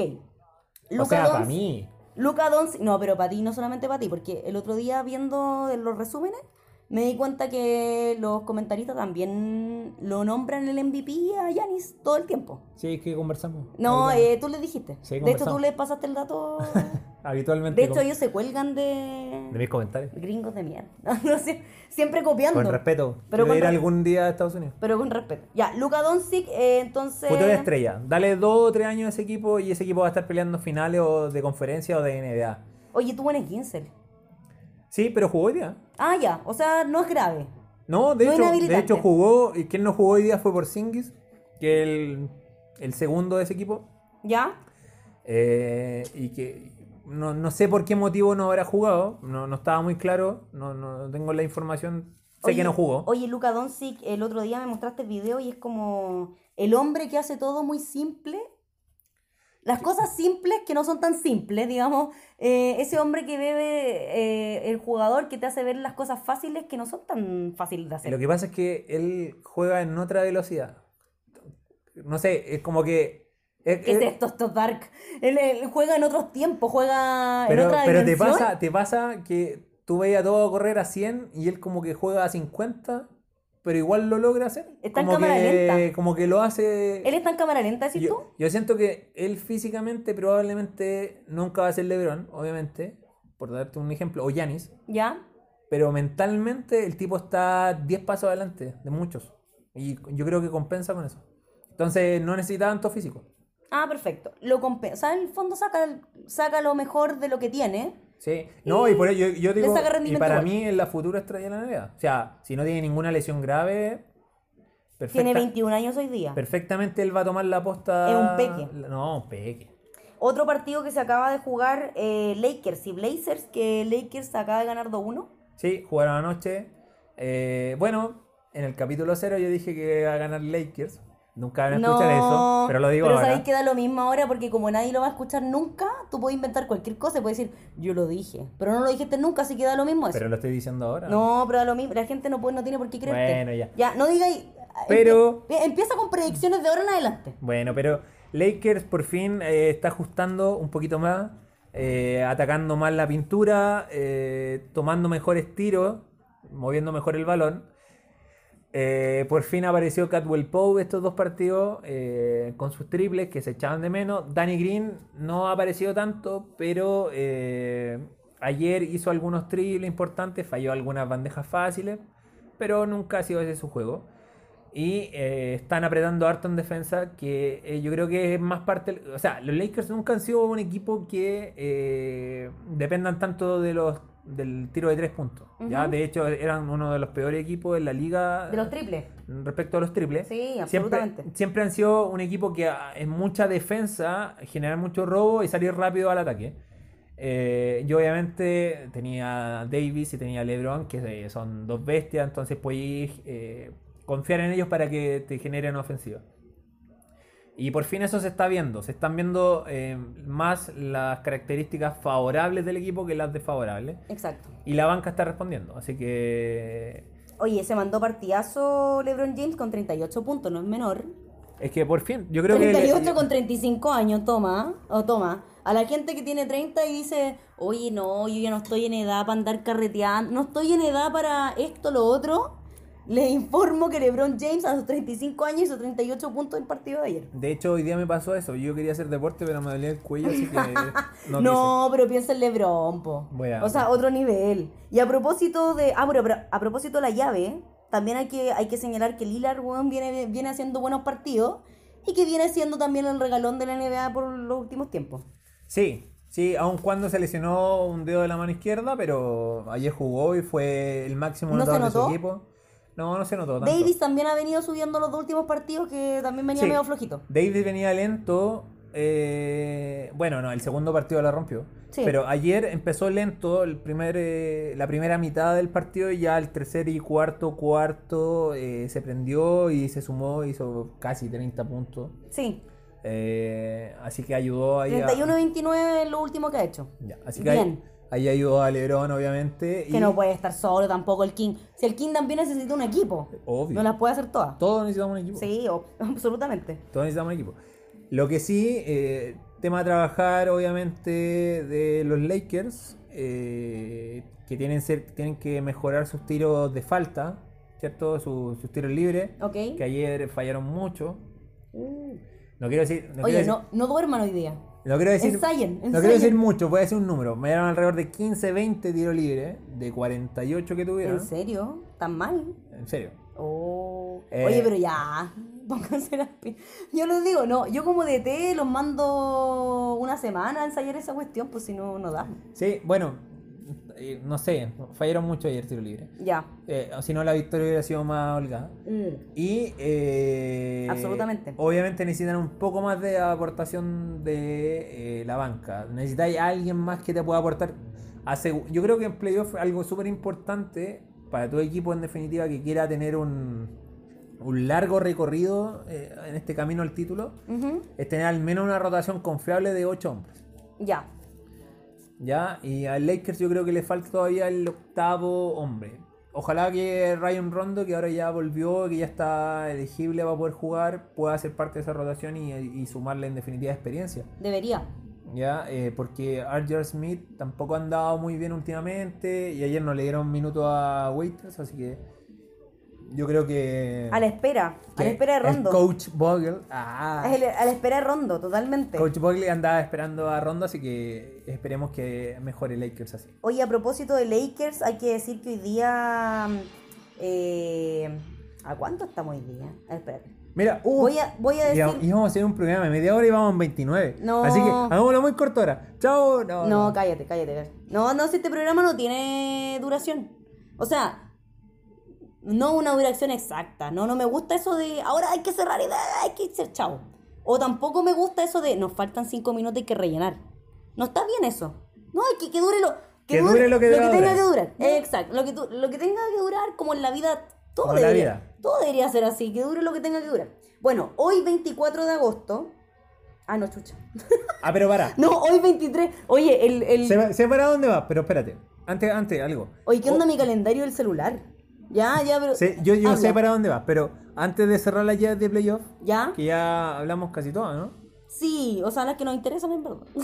O Luka sea, para Doncic- mí. Luca Doncic, no, pero para ti, no solamente para ti, porque el otro día viendo los resúmenes me di cuenta que los comentaristas también lo nombran el MVP a Yanis todo el tiempo. Sí, es que conversamos. No, Habitual- eh, tú les dijiste. Sí, de hecho, conversamos. tú les pasaste el dato. Habitualmente. De hecho, con- ellos se cuelgan De de mis comentarios. gringos de mierda. No sé, siempre copiando. Con respeto. Pero Pero con ir re- algún día a Estados Unidos. Pero con respeto. Ya, Luca Doncic, eh, entonces. Futura estrella. Dale dos o tres años a ese equipo y ese equipo va a estar peleando finales o de conferencia o de NBA. Oye, tuvo en el 15. Sí, pero jugó hoy día. Ah, ya. O sea, no es grave. No, de, No hecho, de inhabilitante. hecho jugó, y quien no jugó hoy día fue Porzingis, que el, el segundo de ese equipo, ¿Ya? eh, y que no, no sé por qué motivo no habrá jugado, no, no estaba muy claro, no, no tengo la información, sé que no jugó. Oye, Luca Doncic, el otro día me mostraste el video y es como el hombre que hace todo muy simple. Las cosas simples que no son tan simples, digamos. eh, ese hombre que bebe, eh, el jugador que te hace ver las cosas fáciles que no son tan fáciles de hacer. Lo que pasa es que él juega en otra velocidad. No sé, es como que... es- ¿Qué es- es esto, esto es dark? Él, él juega en otros tiempos, juega en pero otra pero te, dimensión. pasa, te pasa que tú veías todo correr a 100 y él como que juega a 50, pero igual lo logra hacer. Está en como cámara que, lenta. Como que lo hace... Él está en cámara lenta, decís tú. Yo, yo siento que él físicamente probablemente nunca va a ser LeBron, obviamente, por darte un ejemplo, o Yanis, ¿Ya? pero mentalmente el tipo está 10 pasos adelante de muchos. Y yo creo que compensa con eso. Entonces no necesita tanto físico. Ah, perfecto. Lo compensa. En el fondo saca, saca lo mejor de lo que tiene. Sí, no, y, por eso yo, yo le digo, saca y rendimiento para igual. mí es la futura estrella de la NBA. O sea, si no tiene ninguna lesión grave, Tiene perfecta- 21 años hoy día. perfectamente él va a tomar la posta. Es un peque. la- No, un peque. Otro partido que se acaba de jugar, eh, Lakers y Blazers, que Lakers acaba de ganar 2-1. Sí, jugaron anoche. Eh, bueno, en el capítulo 0 yo dije que iba a ganar Lakers. Nunca van a escuchar eso, pero lo digo pero ahora. sabéis que da lo mismo ahora porque como nadie lo va a escuchar nunca, tú puedes inventar cualquier cosa y puedes decir, yo lo dije, pero no lo dijiste nunca, así que da lo mismo eso. Pero lo estoy diciendo ahora. No, pero da lo mismo, la gente no puede, no tiene por qué creerte. Bueno, ya. no digáis... eh, Pero- Empie- Empieza con predicciones de ahora en adelante. Bueno, pero Lakers por fin eh, está ajustando un poquito más, eh, atacando más la pintura, eh, tomando mejores tiros, moviendo mejor el balón. Eh, por fin apareció Catwell Pope estos dos partidos eh, con sus triples que se echaban de menos. Danny Green no ha aparecido tanto, pero eh, ayer hizo algunos triples importantes, falló algunas bandejas fáciles, pero nunca ha sido ese su juego. Y eh, están apretando harto en defensa, que eh, yo creo que es más parte... O sea, los Lakers nunca han sido un equipo que eh, dependan tanto de los, del tiro de tres puntos. ¿ya? Ujú. De hecho, eran uno de los peores equipos en la liga De los triples. respecto a los triples. Sí, absolutamente. Siempre, siempre han sido un equipo que ah, en mucha defensa, generar mucho robo y salir rápido al ataque. Eh, yo obviamente tenía a Davis y tenía a LeBron, que eh, son dos bestias, entonces podéis eh, confiar en ellos para que te generen ofensiva. Y por fin eso se está viendo, se están viendo eh, más las características favorables del equipo que las desfavorables. Exacto. Y la banca está respondiendo, así que Oye, se mandó partidazo LeBron James con 38 puntos, no es menor. es que por fin, yo creo que... 38 con 35 años, toma, o toma. A la gente que tiene 30 y dice, oye, no, yo ya no estoy en edad para andar carreteando, no estoy en edad para esto, lo otro. Les informo que LeBron James a sus 35 años hizo 38 puntos el partido de ayer. De hecho, hoy día me pasó eso. Yo quería hacer deporte, pero me dolía el cuello, así que no, No, pero piensa en LeBron, po. Voy a- O sea, otro nivel. Y a propósito de. Ah, bueno, pero a propósito de la llave, también hay que, hay que señalar que Lillard weón, viene, viene haciendo buenos partidos y que viene siendo también el regalón de la NBA por los últimos tiempos. quise. Sí, sí, aun cuando se lesionó un dedo de la mano izquierda, pero ayer jugó y fue el máximo ¿No se anotador de su notó? equipo. No, no se notó tanto. Davis también ha venido subiendo los dos últimos partidos que también venía Sí. medio flojito. Davis venía lento. eh, bueno, no, el segundo partido la rompió. Sí. Pero ayer empezó lento el primer, eh, la primera mitad del partido y ya el tercer y cuarto cuarto eh, se prendió y se sumó, hizo casi 30 puntos. Sí, Eh, así que ayudó ahí a- 31-29 es lo último que ha hecho. Ya, así que Bien. ahí, ahí ayudó a Lebron, obviamente. Que y no puede estar solo tampoco el King. Si el King también necesita un equipo, Obvio. no las puede hacer todas. Todos necesitamos un equipo. Sí, o- absolutamente. Todos necesitamos un equipo. Lo que sí, eh, tema a trabajar, obviamente, de los Lakers, eh, que tienen, ser, tienen que mejorar sus tiros de falta, ¿cierto? Su- sus tiros libres, Ok. que ayer fallaron mucho. Uh, No quiero decir... No quiero Oye, decir- no, no duerman hoy día. No quiero decir, Ensayen, No quiero ensayen. decir mucho, voy a decir un número. Me dieron alrededor de 15, 20 tiros libres de 48 que tuvieron. ¿En serio? ¿Tan mal? En serio. Oh. Eh. Oye, pero ya. Pónganse las pilas. Yo les digo, no, yo como DT los mando una semana a ensayar esa cuestión, pues si no, no da. Sí, bueno, eh, no sé, fallaron mucho ayer tiro libre. Ya. Eh, si no, la victoria hubiera sido más holgada. Mm. Y. eh, Absolutamente. Obviamente necesitan un poco más de aportación de eh, la banca. Necesitáis a alguien más que te pueda aportar. Asegu- Yo creo que en playoff algo súper importante para tu equipo, en definitiva, que quiera tener un, un largo recorrido eh, en este camino al título, Ujú. es tener al menos una rotación confiable de 8 hombres. Ya. ¿Ya? Y al Lakers yo creo que le falta todavía el octavo hombre. Ojalá que Ryan Rondo, que ahora ya volvió, que ya está elegible para poder jugar, pueda ser parte de esa rotación y, y sumarle en definitiva experiencia. Debería. ¿Ya? Eh, porque Arger Smith tampoco ha andado muy bien últimamente y ayer no le dieron minuto a Waiters, así que yo creo que... A la espera. A la que espera de Rondo. El coach Bogle... ah, A la- a la espera de Rondo, totalmente. Coach Bogle andaba esperando a Rondo, así que esperemos que mejore Lakers así. Oye, a propósito de Lakers, hay que decir que hoy día. eh, ¿A cuánto estamos hoy día? A ver, espérate. Mira, uh, Voy a, voy a Y decir. vamos- Y vamos a hacer un programa de media hora y vamos en 29. No. Así que hagámoslo muy corto ahora. Chao. No. No, cállate, cállate. No, no, si este programa no tiene duración. O sea, no una duración exacta. No, no me gusta eso de ahora hay que cerrar y da- hay que ser chao. O tampoco me gusta eso de nos faltan cinco minutos y hay que rellenar. No está bien eso. No, hay que, que dure lo Que dure lo que deba tenga durar. que durar. Exacto, lo que, tu- lo que tenga que durar como en la vida, todo Como en la debería, vida. todo debería ser así, que dure lo que tenga que durar. Bueno, hoy 24 de agosto. Ah, no, chucha. Ah, pero para. No, hoy 23. Oye, el. el- Sé, sé para dónde vas, pero espérate. Antes, antes, algo. Oye, ¿qué onda mi calendario del celular? Ya, ya, pero. Sé- Oh. yo yo sé Habla. para dónde vas, pero antes de cerrar las llaves de playoff, ¿Ya? que ya hablamos casi todas, ¿no? Sí, o sea, las que nos interesan en verdad.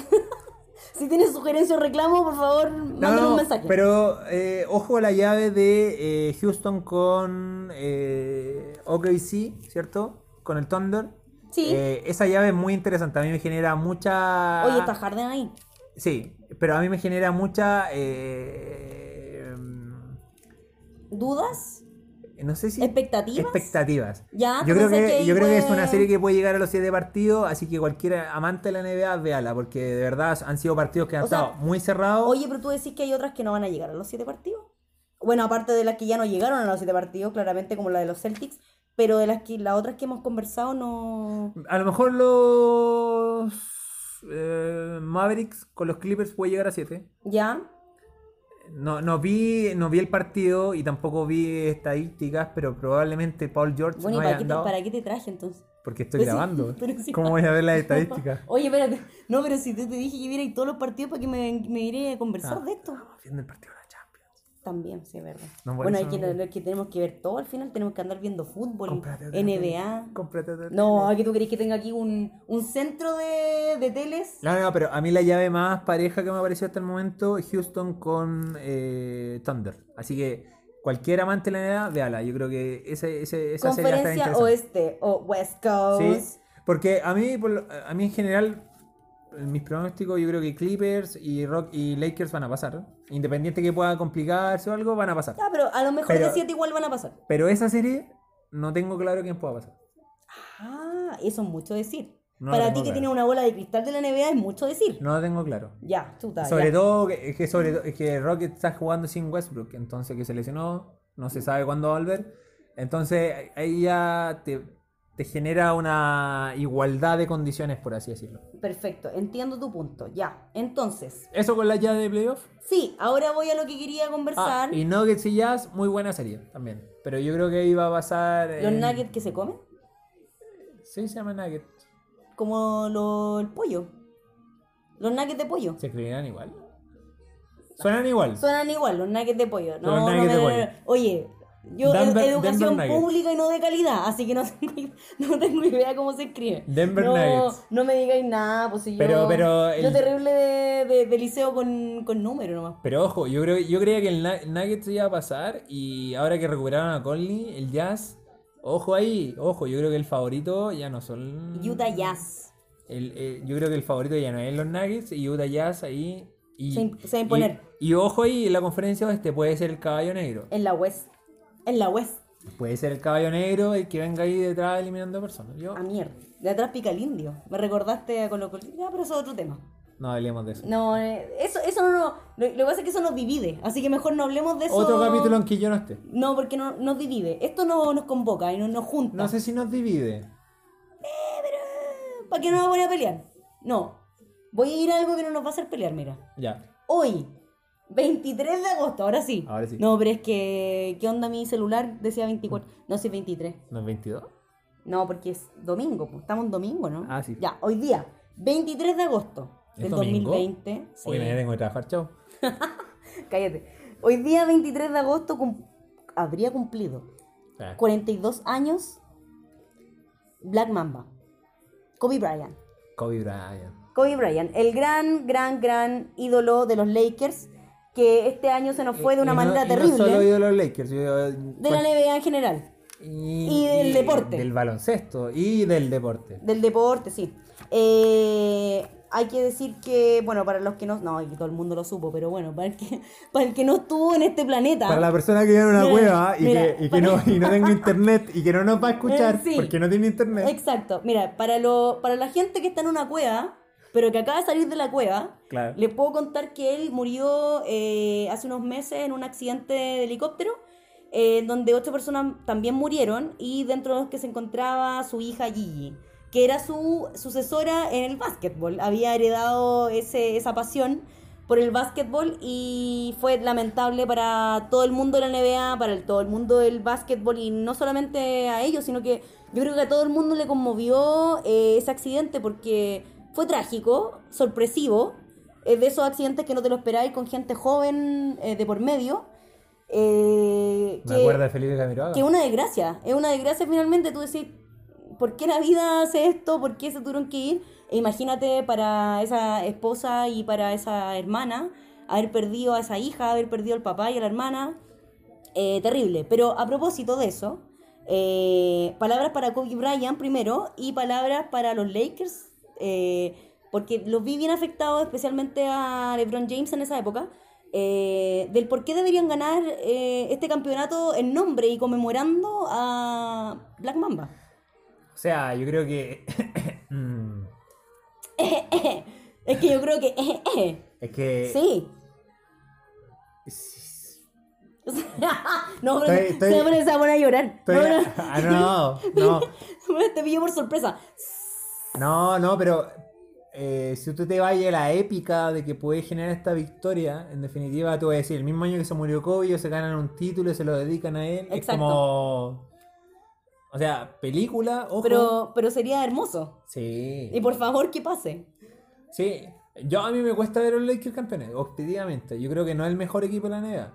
si tienes sugerencias o reclamo, por favor, mándanos un mensaje. Pero eh, ojo a la llave de eh, Houston con eh, OKC, ¿cierto? Con el Thunder. Sí. Eh, esa llave es muy interesante. A mí me genera mucha. Oye, está Harden ahí. Sí, pero a mí me genera mucha. eh, mm, ¿Dudas? no sé si. ¿Expectativas? Expectativas. Ya, yo creo, que, entonces que ahí yo creo que es puede- una serie que puede llegar a los siete partidos, así que cualquier amante de la NBA, véala, porque de verdad han sido partidos que han O sea, estado muy cerrados. Oye, pero tú decís que hay otras que no van a llegar a los siete partidos. Bueno, aparte de las que ya no llegaron a los siete partidos, claramente como la de los Celtics, pero de las que las otras que hemos conversado no. A lo mejor los eh, Mavericks con los Clippers puede llegar a 7. Ya. No, no, vi, no vi el partido y tampoco vi estadísticas, pero probablemente Paul George Bueno, no ¿y para haya qué, te, andado para qué te traje entonces? porque estoy Pero sí, grabando. pero sí. ¿Cómo voy a ver las estadísticas? Oye, espérate. No, pero si te, te dije que viera ahí todos los partidos para que me, me iré a conversar Ah. de esto. Viendo el partido de la Champions. También, sí, es verdad. No, por bueno, hay eso que, no- lo que tenemos que ver todo al final, tenemos que andar viendo fútbol, Cómprate otra NBA. tele. Cómprate otra No, que tú querés que tenga aquí un, un centro de, de teles. No, no, pero a mí la llave más pareja que me apareció hasta el momento, Houston con eh, Thunder. Así que cualquier amante de la edad, véala. Yo creo que ese, ese, esa serie va a Conferencia estar interesante. Oeste o West Coast. Sí, porque a mí, por lo- a mí en general, en mis pronósticos, yo creo que Clippers y Rock y Lakers van a pasar. Independiente que pueda complicarse o algo, van a pasar. Ya, pero a lo mejor Pero- de 7 igual van a pasar. Pero esa serie, no tengo claro quién pueda pasar. Ah, eso es mucho decir. No, Para tengo ti que claro. tienes una bola de cristal de la NBA es mucho decir. No lo tengo claro. Ya, chuta. Sobre ya. todo, que- es que, sobre todo- es que Rocket está jugando sin Westbrook, entonces que se lesionó, no se sabe cuándo va a volver. Entonces, ahí ya te, te genera una igualdad de condiciones, por así decirlo. Perfecto, entiendo tu punto. Ya, entonces. Eso con la llave de playoff. Sí, ahora voy a lo que quería Ah, conversar. y Nuggets y Jazz, muy buena serie también. Pero yo creo que iba a pasar. Los en- nuggets que se comen, Sí, se llama Nuggets. como lo- el pollo. Los nuggets de pollo. Se escribirán igual. Suenan igual. Suenan igual, los nuggets de pollo. No, Los no me- nuggets de pollo. Oye, yo ed- Denver- educación Denver nuggets. pública y no de calidad, así que no tengo, no tengo idea cómo se escribe. Denver no, nuggets. No me digáis nada, pues si yo. Pero- pero Yo el- terrible de, de- de liceo con, con número nomás. Pero ojo, yo creo yo creía que el Nug- Nuggets iba a pasar. Y ahora que recuperaron a Conley, el Jazz. Ojo ahí, ojo, yo creo que el favorito ya no son. Utah Jazz. El- eh, yo creo que el favorito ya no es los Nuggets y Utah Jazz ahí. Y, Se imp- se va a imponer. Y, y ojo ahí, en la conferencia oeste puede ser el caballo negro. En la West. En la West. Puede ser el caballo negro el que venga ahí detrás eliminando personas. Yo, A mierda. De atrás pica el indio. Me recordaste a Colo Colo. Ah, pero eso es otro tema. No hablemos de eso. No, eh, eso, eso no. no- Lo, lo que pasa es que eso nos divide. Así que mejor no hablemos de eso. Otro capítulo en que yo no esté. No, porque no, nos divide. Esto no nos convoca y no nos junta. No sé si nos divide. ¿Para qué no nos voy a pelear? No. Voy a ir a algo que no nos va a hacer pelear, mira. Ya. Hoy, 23 de agosto, ahora sí. Ahora sí. No, pero es que. ¿Qué onda mi celular? Decía 24. Mm. No, sí, 23. ¿No es 22? No, porque es domingo. pues. Estamos en domingo, ¿no? Ah, sí. Ya, hoy día, 23 de agosto ¿Es del domingo? 2020. Sí. Hoy mañana tengo que trabajar, chao. Cállate. Hoy día, 23 de agosto, cum- habría cumplido Ah, 42 años Black Mamba. Kobe Bryant. Kobe Bryant. Kobe Bryant, el gran, gran, gran ídolo de los Lakers, que este año se nos fue de una Y no- manera y terrible. ¿eh? No solo de los Lakers. yo- pues. de la NBA en general. y, y del deporte. Del baloncesto y del deporte. Del deporte, sí. Eh, hay que decir que, bueno, para los que no. No, y todo el mundo lo supo, pero bueno, para el que, para el que no estuvo en este planeta. Para la persona que vive en una Mira, cueva y, mira, que, y para- que no, y no tenga internet y que no nos va a escuchar Eh, sí. porque no tiene internet. Exacto. Mira, para, lo, para la gente que está en una cueva, pero que acaba de salir de la cueva, Claro. le puedo contar que él murió eh, hace unos meses en un accidente de helicóptero, eh, donde ocho personas también murieron y dentro de los que se encontraba su hija Gigi, que era su sucesora en el básquetbol. Había heredado ese, esa pasión por el básquetbol y fue lamentable para todo el mundo de la NBA, para el- todo el mundo del básquetbol y no solamente a ellos, sino que yo creo que a todo el mundo le conmovió eh, ese accidente porque fue trágico, sorpresivo, es eh, de esos accidentes que no te lo esperáis con gente joven eh, de por medio. eh, Me que- acuerdo de Felipe Camiroaga. que es una desgracia. Es una desgracia finalmente tú decís, ¿por qué la vida hace esto? ¿Por qué se tuvieron que ir? E imagínate para esa esposa y para esa hermana, haber perdido a esa hija, haber perdido al papá y a la hermana. Eh, terrible. Pero a propósito de eso, eh, palabras para Kobe Bryant primero y palabras para los Lakers, eh, porque los vi bien afectados, especialmente a LeBron James en esa época, eh, del por qué deberían ganar eh, este campeonato en nombre y conmemorando a Black Mamba. O sea, yo creo que. Mm, Es que yo creo que... eh, es que. sí. no, pero Estoy- se estoy- me pone- se me pone a llorar. Estoy- No, no. Ah, no, no. Bueno, te pilló por sorpresa. No, no, pero eh, si usted te vaya a la épica de que puede generar esta victoria, en definitiva, tú vas a decir, el mismo año que se murió Kobe, ellos se ganan un título y se lo dedican a él. Es Exacto. como... O sea, película, ojo. Pero, pero sería hermoso. Sí. Y por favor, que pase. Sí. Yo a mí me cuesta ver a los Lakers campeones, objetivamente. Yo creo que no es el mejor equipo de la NBA.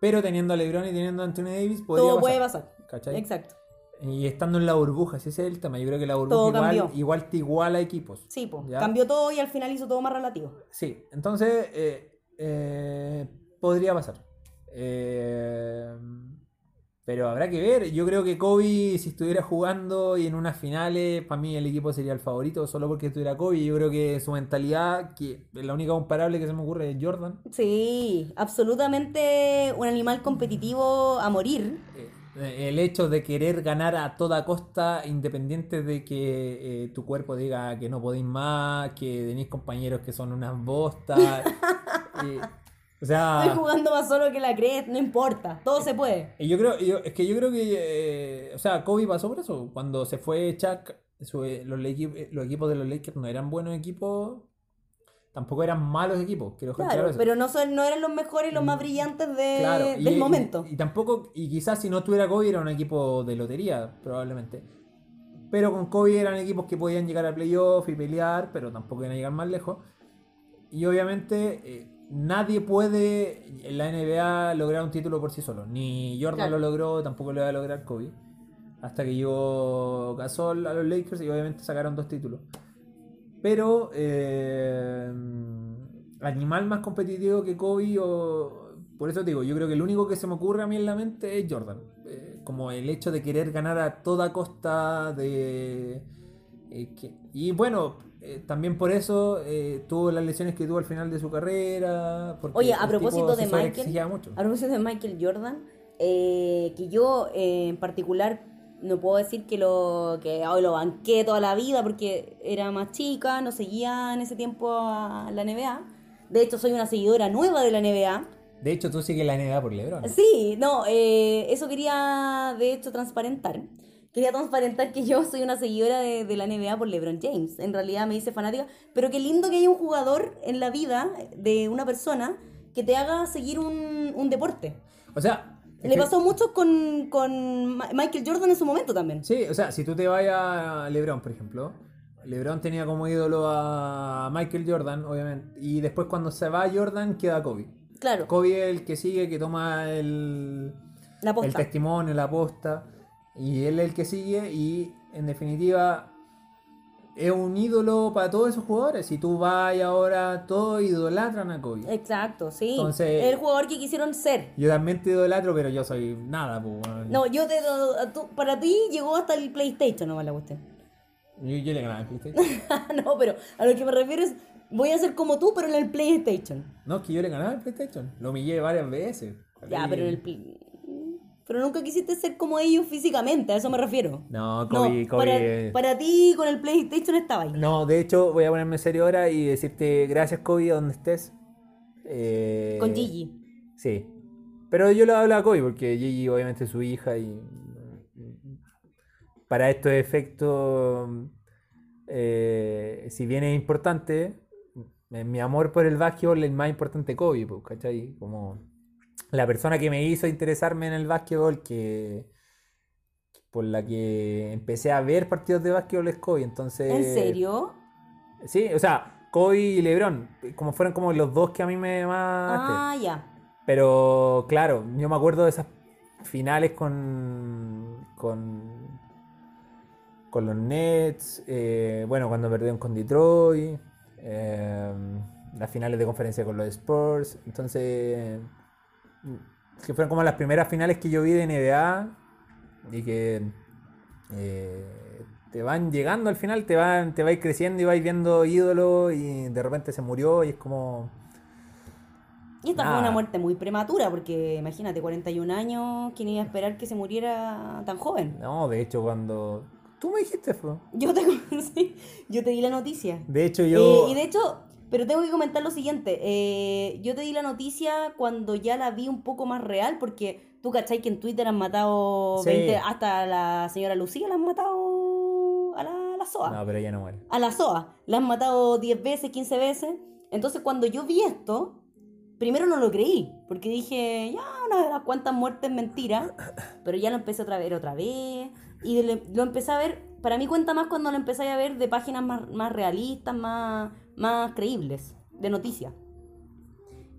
Pero teniendo a LeBron y teniendo a Anthony Davis, podría Todo pasar. puede pasar. ¿Cachai? Exacto. Y estando en la burbuja, si ese es el tema. Yo creo que la Todo burbuja cambió. igual, igual te iguala a equipos. Sí, po. ¿Ya? Cambió todo y al final hizo todo más relativo. Sí, entonces eh, eh, podría pasar. Eh, pero habrá que ver. Yo creo que Kobe, si estuviera jugando y en unas finales, para mí el equipo sería el favorito solo porque estuviera Kobe. Yo creo que su mentalidad, que la única comparable que se me ocurre es Jordan. Sí, absolutamente un animal competitivo a morir. Eh, El hecho de querer ganar a toda costa, independiente de que eh, tu cuerpo diga que no podéis más, que tenéis compañeros que son unas bostas. Eh, o sea, Estoy jugando más solo que la crees, no importa. Todo se puede. Y yo creo, yo- es que yo creo que, eh, o sea, Kobe pasó por eso. Cuando se fue Chuck, su- eh, los, Lake- eh, los equipos de los Lakers no eran buenos equipos, tampoco eran malos equipos. Quiero dejar claro Claro, eso. Mm. pero no, son, no eran los mejores y los más brillantes de- Claro, y- del y- momento. Y, tampoco, y quizás si no estuviera Kobe era un equipo de lotería, probablemente. Pero con Kobe eran equipos que podían llegar a playoff y pelear, pero tampoco iban a llegar más lejos. Y obviamente eh, nadie puede en la NBA lograr un título por sí solo. Ni Jordan Claro. lo logró, tampoco lo iba a lograr Kobe. Hasta que llegó Gasol a los Lakers y obviamente sacaron dos títulos. Pero eh, animal más competitivo que Kobe o... Por eso te digo, yo creo que el único que se me ocurre a mí en la mente es Jordan. Eh, como el hecho de querer ganar a toda costa de... eh, que- y bueno, eh, también por eso eh, tuvo las lesiones que tuvo al final de su carrera. porque Oye, el a tipo propósito se de sobreexigía Michael, mucho. a propósito de Michael Jordan, eh, que yo eh, en particular no puedo decir que lo que hoy lo banqué toda la vida porque era más chica, no seguía en ese tiempo a la NBA. De hecho, soy una seguidora nueva de la NBA. De hecho, tú sigues la NBA por LeBron. Sí, no, eh, eso quería de hecho transparentar. Quería transparentar que yo soy una seguidora de, de la NBA por LeBron James. En realidad me hice fanática. Pero qué lindo que haya un jugador en la vida de una persona que te haga seguir un, un deporte. O sea... es Le que- pasó mucho con, con Ma- Michael Jordan en su momento también. Sí, o sea, si tú te vas a LeBron, por ejemplo, LeBron tenía como ídolo a Michael Jordan, obviamente, y después cuando se va Jordan queda Kobe. Claro, Kobe es el que sigue, que toma el, la el posta. testimonio, la posta, y él es el que sigue, y en definitiva es un ídolo para todos esos jugadores. Si tú vas ahora, todos idolatran a Kobe. Exacto, sí. Entonces- El jugador que quisieron ser. Yo también te idolatro, pero yo soy nada, pues, weón. No, yo te, a tú- para ti llegó hasta el PlayStation, no me la cuestión. Yo, yo le ganaba el PlayStation. no, pero a lo que me refiero es, voy a ser como tú, pero en el PlayStation. No, es que yo le ganaba el PlayStation. Lo humillé varias veces. Ya, pero en el el Play- Pero nunca quisiste ser como ellos físicamente, a eso me refiero. No, No, Kobe, Kobe. Para, para ti con el PlayStation estaba ahí. No, de hecho, voy a ponerme serio ahora y decirte gracias, Kobe, donde estés. Eh, Con Gigi. Sí. Pero yo lo hablo a Kobe porque Gigi, obviamente, es su hija y. mm, Para estos efectos, eh, si bien es importante, eh, mi amor por el básquetbol es más importante que Kobe, pues, ¿cachai? Como la persona que me hizo interesarme en el básquetbol, que por la que empecé a ver partidos de básquetbol es Kobe, entonces... ¿En serio? Sí, o sea, Kobe y LeBron, como fueron como los dos que a mí me más... Ah, ya. Pero claro, yo me acuerdo de esas finales con. con. con los Nets. eh, bueno, cuando perdieron con Detroit. eh, las finales de conferencia con los Spurs. Entonces. mm, Que fueron como las primeras finales que yo vi de NBA. Y que. eh, te van llegando al final, te van, te vais creciendo y vais viendo ídolos y de repente se murió y es como. Y esta Nada. fue una muerte muy prematura, porque imagínate, 41 años, ¿quién iba a esperar que se muriera tan joven? No, de hecho cuando... Tú me dijiste, fue. Yo te, sí, yo te di la noticia. De hecho yo... Eh, y de hecho, pero tengo que comentar lo siguiente. eh, yo te di la noticia cuando ya la vi un poco más real, porque tú cachai que en Twitter han matado Sí. 20, hasta a la señora Lucía la han matado a la, a la SOA. No, pero ella no muere. A la SOA. La han matado 10 veces, 15 veces. Entonces cuando yo vi esto, primero no lo creí, porque dije, ya, una de las cuantas muertes mentira, pero ya lo empecé otra ver otra vez. Y le- lo empecé a ver, para mí cuenta más cuando lo empecé a ver de páginas más, más realistas, más, más creíbles, de noticias.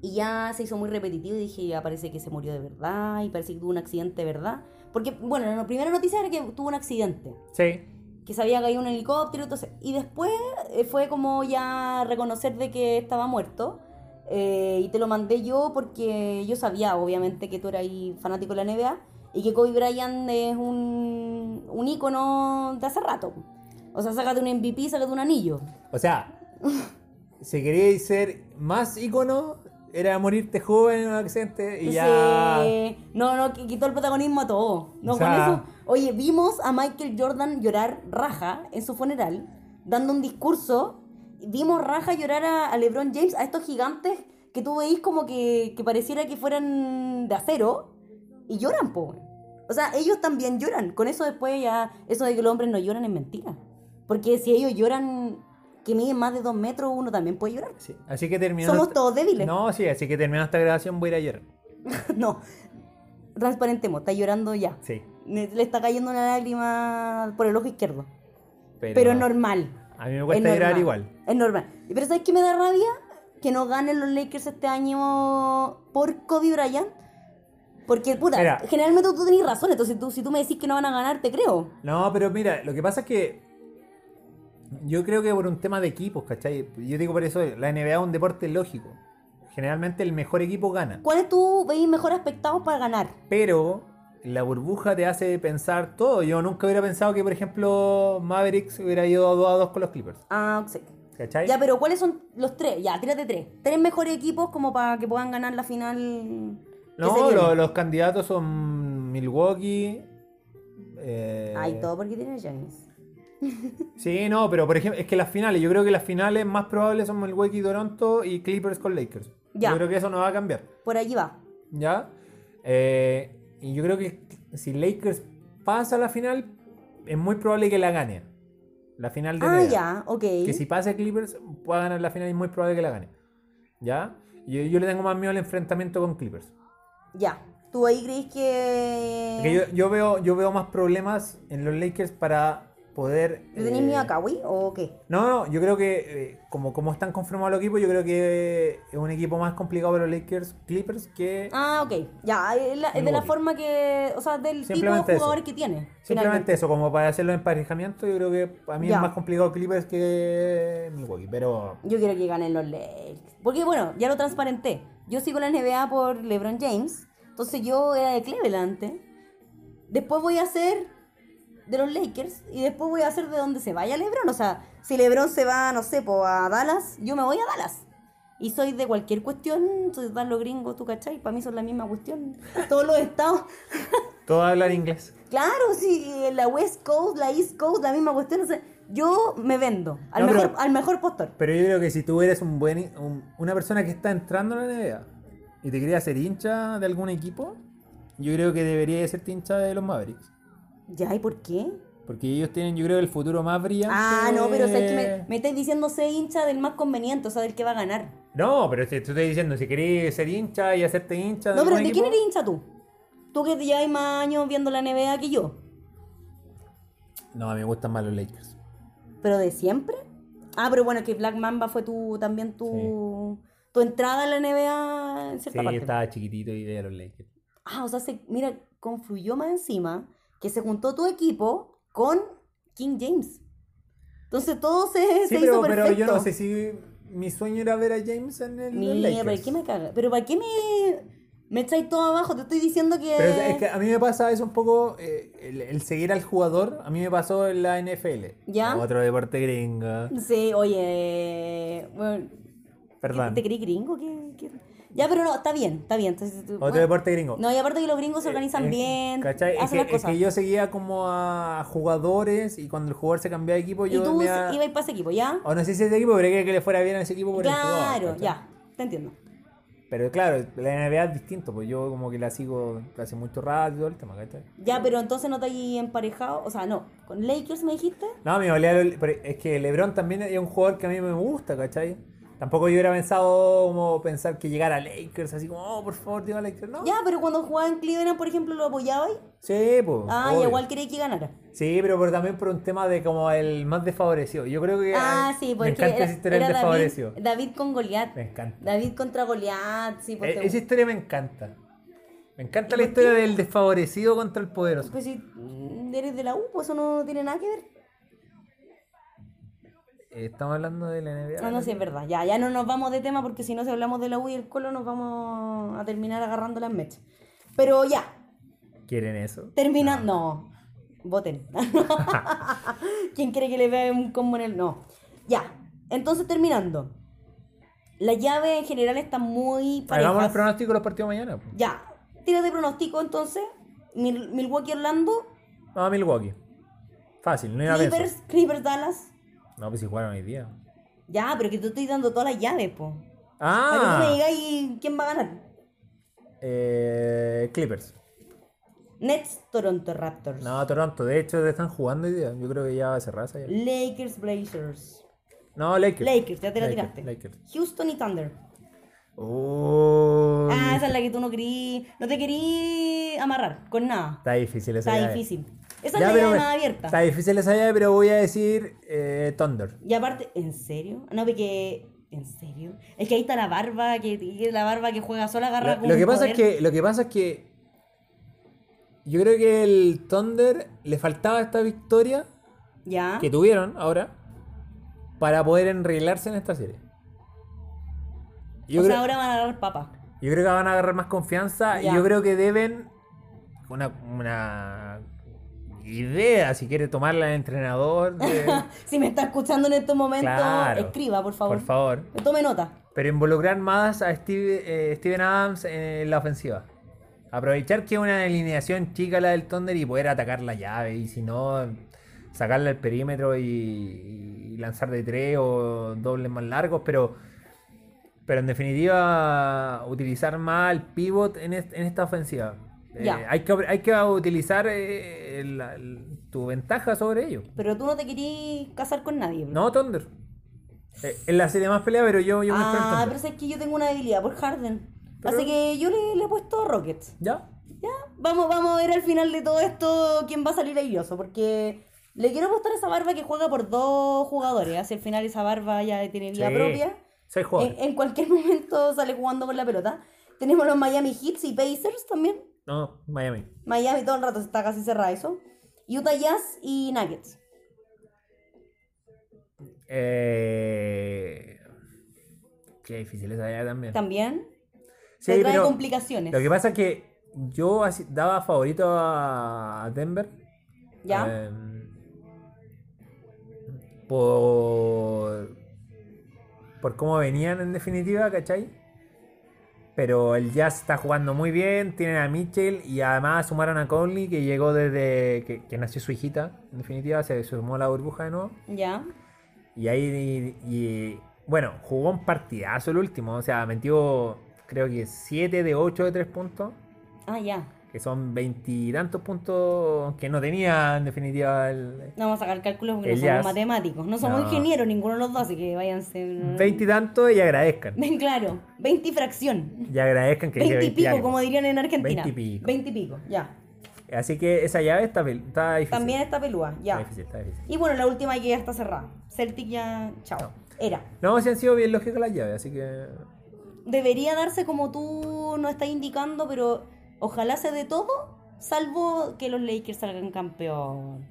Y ya se hizo muy repetitivo y dije, ya parece que se murió de verdad y parece que tuvo un accidente de verdad. Porque, bueno, la primera noticia era que tuvo un accidente Sí. que se había caído un helicóptero, entonces, y después eh, fue como ya reconocer de que estaba muerto, eh, y te lo mandé yo porque yo sabía, obviamente, que tú eras ahí fanático de la NBA, y que Kobe Bryant es un, un ícono de hace rato. O sea, sácate un MVP, sácate un anillo. O sea, si queríais ser más ícono, era morirte joven en un accidente y ya... Entonces, No, no, qui- quitó el protagonismo a todo. No, O sea- con eso. Oye, vimos a Michael Jordan llorar raja en su funeral, dando un discurso. Vimos raja llorar a, a LeBron James, a estos gigantes que tú veis como que, que pareciera que fueran de acero y lloran, po. O sea, ellos también lloran. Con eso después ya, eso de que los hombres no lloran es mentira. Porque si ellos lloran, que miden más de dos metros, uno también puede llorar. Sí. Así que terminando... Somos todos débiles. No, sí, así que terminando esta grabación voy a ir ayer. No, transparentemos, está llorando ya. Sí. Ne- Le está cayendo una lágrima por el ojo izquierdo. Pero, Pero, es normal. A mí me Es cuesta llorar normal. igual. Es normal. Pero ¿sabes qué me da rabia? Que no ganen los Lakers este año por Kobe Bryant. Porque, puta, Mira. generalmente tú tenés razón. Entonces, tú, si tú me decís que no van a ganar, te creo. No, pero mira, lo que pasa es que... Yo creo que por un tema de equipos, ¿cachai? Yo digo por eso, la NBA es un deporte lógico. Generalmente el mejor equipo gana. ¿Cuáles tú veis mejor aspectados para ganar? pero la burbuja te hace pensar todo. Yo nunca hubiera pensado que, por ejemplo, Mavericks hubiera ido 2 a 2 con los Clippers. Ah, sí. ¿Cachai? Ya, pero ¿cuáles son los tres? Ya, tírate tres. Tres mejores equipos como para que puedan ganar la final. que se no, viene. lo- los candidatos son Milwaukee. eh, Ay, todo porque tiene James. Sí, no, pero por ejemplo, es que las finales, yo creo que las finales más probables son Milwaukee, Toronto y Clippers con Lakers. Ya. Yo creo que eso no va a cambiar. Por allí va. ¿Ya? Eh, y yo creo que si Lakers pasa a la final, es muy probable que la gane. La final de Ah, NBA. ya, ok. Que si pasa Clippers, pueda ganar la final y es muy probable que la gane. ¿Ya? Yo, yo le tengo más miedo al enfrentamiento con Clippers. Ya. ¿Tú ahí crees que. Porque yo, yo veo, yo veo más problemas en los Lakers para poder. ¿Le tenés eh, miedo a Kawhi o qué? No, no, yo creo que eh, como, como están conformados los equipos, yo creo que es un equipo más complicado para los Lakers Clippers que. Ah, ok. Ya, es la- es de la Milwaukee. forma que. O sea, del tipo de Simplemente eso. jugador que tiene. Simplemente eso, como para hacer los emparejamientos, yo creo que para mí Ya. es más complicado Clippers que Milwaukee. Pero Yo quiero que ganen los Lakers. Porque bueno, ya lo transparenté. Yo sigo la NBA por LeBron James. Entonces yo era de Cleveland antes. Después voy a ser de los Lakers. Y después voy a ser de donde se vaya LeBron. O sea, si LeBron se va, no sé, po, a Dallas, yo me voy a Dallas. Y soy de cualquier cuestión. Entonces dan los gringos, tú cachai. Para mí son la misma cuestión. Todos los estados. todo hablar inglés. Claro, sí, eh, la West Coast, la East Coast, la misma cuestión. O sea, yo me vendo al, No, pero- mejor, al mejor postor. Pero yo creo que si tú eres un buen, un- una persona que está entrando en la NBA y te querías hacer hincha de algún equipo, yo creo que deberías hacerte hincha de los Mavericks. Ya, ¿y por qué? Porque ellos tienen, yo creo, el futuro más brillante. Ah, no, pero o sea, es que me, me estáis diciendo sé hincha del más conveniente, o sea, del que va a ganar. No, pero te, te estoy diciendo, si querés ser hincha y hacerte hincha. No, pero algún ¿de quién equipo- eres hincha tú? Tú que lleváis más años viendo la NBA que yo. No, a mí me gustan más los Lakers. ¿Pero de siempre? Ah, pero bueno, que Black Mamba fue tu, también tu, tu entrada a la NBA en Sí, cierta yo parte. estaba chiquitito y veía los Lakers. Ah, o sea, se- mira, confluyó más encima que se juntó tu equipo con King James. Entonces todo se, se Sí, hizo pero, perfecto. pero yo no sé si mi sueño era ver a James en el los Mira, Lakers. ¿para qué me caga? ¿Pero para qué me, me echáis todo abajo? Te estoy diciendo que... Pero es que a mí me pasa eso un poco, eh, el, el seguir al jugador, a mí me pasó en la NFL. ¿Ya? Otro deporte gringo. Sí, oye... Bueno, Perdón. ¿Te creí gringo? ¿Qué, qué? Ya, pero no, está bien, está bien. Entonces, tú- Otro bueno. deporte gringo. No, y aparte que los gringos se organizan Eh, bien, ¿cachai? Es hacen que, las es cosas. que yo seguía como a jugadores y cuando el jugador se cambiaba de equipo, y yo. tú me iba- ibas para ese equipo, ¿ya? O no sé si ese equipo, pero quería que le fuera bien a ese equipo por el jugador, Claro, ¿cachai? ya, te entiendo. Pero claro, la NBA es distinto, pues yo como que la sigo hace mucho rato y todo el tema, ¿cachai? Ya, pero entonces no te hay emparejado, o sea, no, con Lakers me dijiste. No, me valía lo- pero es que LeBron también es un jugador que a mí me gusta, ¿cachai? Tampoco yo hubiera pensado como pensar que llegara a Lakers, así como, oh, por favor, diga Lakers, ¿no? Ya, pero cuando jugaba en Cleveland, por ejemplo, lo apoyaba y... Sí, pues. Ah, y obvio. igual quería que ganara. Sí, pero por- también por un tema de como el más desfavorecido. Yo creo que. Ah, eh, sí, Me porque encanta era, esa historia del era desfavorecido. David, David con Goliat. Me encanta. David contra Goliat, sí, pues Eh, porque... esa historia me encanta. Me encanta la historia del desfavorecido contra el poderoso. Pues si mm, eres de la U, pues eso no tiene nada que ver. Eh, Estamos hablando de la NBA. Ah, No, no, sí, es verdad. Ya, ya no nos vamos de tema porque si no, si hablamos de la U y el Colo, nos vamos a terminar agarrando las mechas. Pero ya, ¿Quieren eso? termina. Ah. No, voten. ¿Quién quiere que le vea un combo en el.? No. Ya, entonces terminando. La llave en general está muy Hagamos el pareja. pronóstico de los partidos mañana. pues. Ya, tira de pronóstico entonces. Mil- Milwaukee Orlando, No, Milwaukee. Fácil, no iba a pensar. Clippers, Clippers Dallas. No, pues si jugaron hoy día. Ya, pero que te estoy dando todas las llaves, po. Para que tú me Ah, digas y quién va a ganar. eh, Clippers. Nets, Toronto Raptors. No, Toronto. De hecho, están jugando hoy día. Yo creo que ya va a cerrarse. ya. Lakers, Blazers. No, Lakers. Lakers, ya te la Lakers, tiraste. Lakers. Houston y Thunder. Uy, Ah, esa es la que tú no querí. No te querí amarrar con nada. Está difícil esa Está llave. difícil. Esa Ya, es la pero llave me- más abierta. Está difícil esa llave, pero voy a decir eh, Thunder. Y aparte, ¿en serio? Ah, No, porque. ¿En serio? Es que ahí está la barba, que, que la barba que juega sola agarra Lo, con lo que un pasa es poder. que, lo que pasa es que yo creo que el Thunder le faltaba esta victoria Ya. que tuvieron ahora para poder enreglarse en esta serie. Yo, o creo, sea, ahora van a agarrar papa. yo creo que van a agarrar más confianza Ya. y yo creo que deben una, una idea, si quiere tomarla el entrenador, de- Si me está escuchando en estos momentos, Claro. escriba, por favor. por favor. Tome nota. Pero involucrar más a Steve- eh, Steven Adams en la ofensiva. Aprovechar que es una alineación chica la del Thunder y poder atacar la llave. Y si no, sacarla al perímetro y, y lanzar de tres o dobles más largos. Pero, pero en definitiva, utilizar más el pivot en, est- en esta ofensiva. Eh, Ya. hay, que, hay que utilizar eh, el- el- tu ventaja sobre ello. Pero tú no te querías casar con nadie. bro. No, Thunder. Eh, en la serie más pelea, pero yo, yo me espero en Ah, Thunder. pero es que yo tengo una debilidad por Harden. Pero- Así que yo le, le he puesto Rockets. Ya. Ya, vamos, vamos a ver al final de todo esto quién va a salir airoso, porque le quiero apostar a esa barba que juega por dos jugadores. Hacia el final esa barba ya tiene vida Sí. propia. eh, Seis En, jugadores. en cualquier momento sale jugando con la pelota. Tenemos los Miami Heats y Pacers también. No, Miami. Miami todo el rato está casi cerrado eso. Utah Jazz y Nuggets. Eh... Qué difícil esa idea también. También Sí, se trae pero complicaciones. Lo que pasa es que yo así- daba favorito a Denver. ¿Ya? eh, por. Por cómo venían en definitiva, ¿cachai? Pero el Jazz está jugando muy bien, tienen a Mitchell y además sumaron a Conley que llegó desde que, que nació su hijita, en definitiva, se sumó a la burbuja de nuevo. ya. Y ahí, y, y- bueno, jugó un partidazo el último. O sea, metió, creo que 7 de 8 de 3 puntos. Ah, ya. que son veintitantos puntos que no tenía en definitiva el... No vamos a sacar cálculos porque El no somos jazz. matemáticos. No somos No. ingenieros ninguno de los dos, así que váyanse. no, no. Veintitantos y agradezcan. Ven, claro, 20 y fracción. Y agradezcan que dije 20 y pico, algo. como dirían en Argentina. 20 y pico. 20 y pico, ya. Así que esa llave está, pel- está difícil. También está pelúa, Está ya. difícil, está difícil. Y bueno, la última que ya está cerrada. Celtic ya, chao. Era. No, si han sido bien lógicas las llaves, así que... Debería darse como tú no estás indicando, pero ojalá se dé todo, salvo que los Lakers salgan campeón.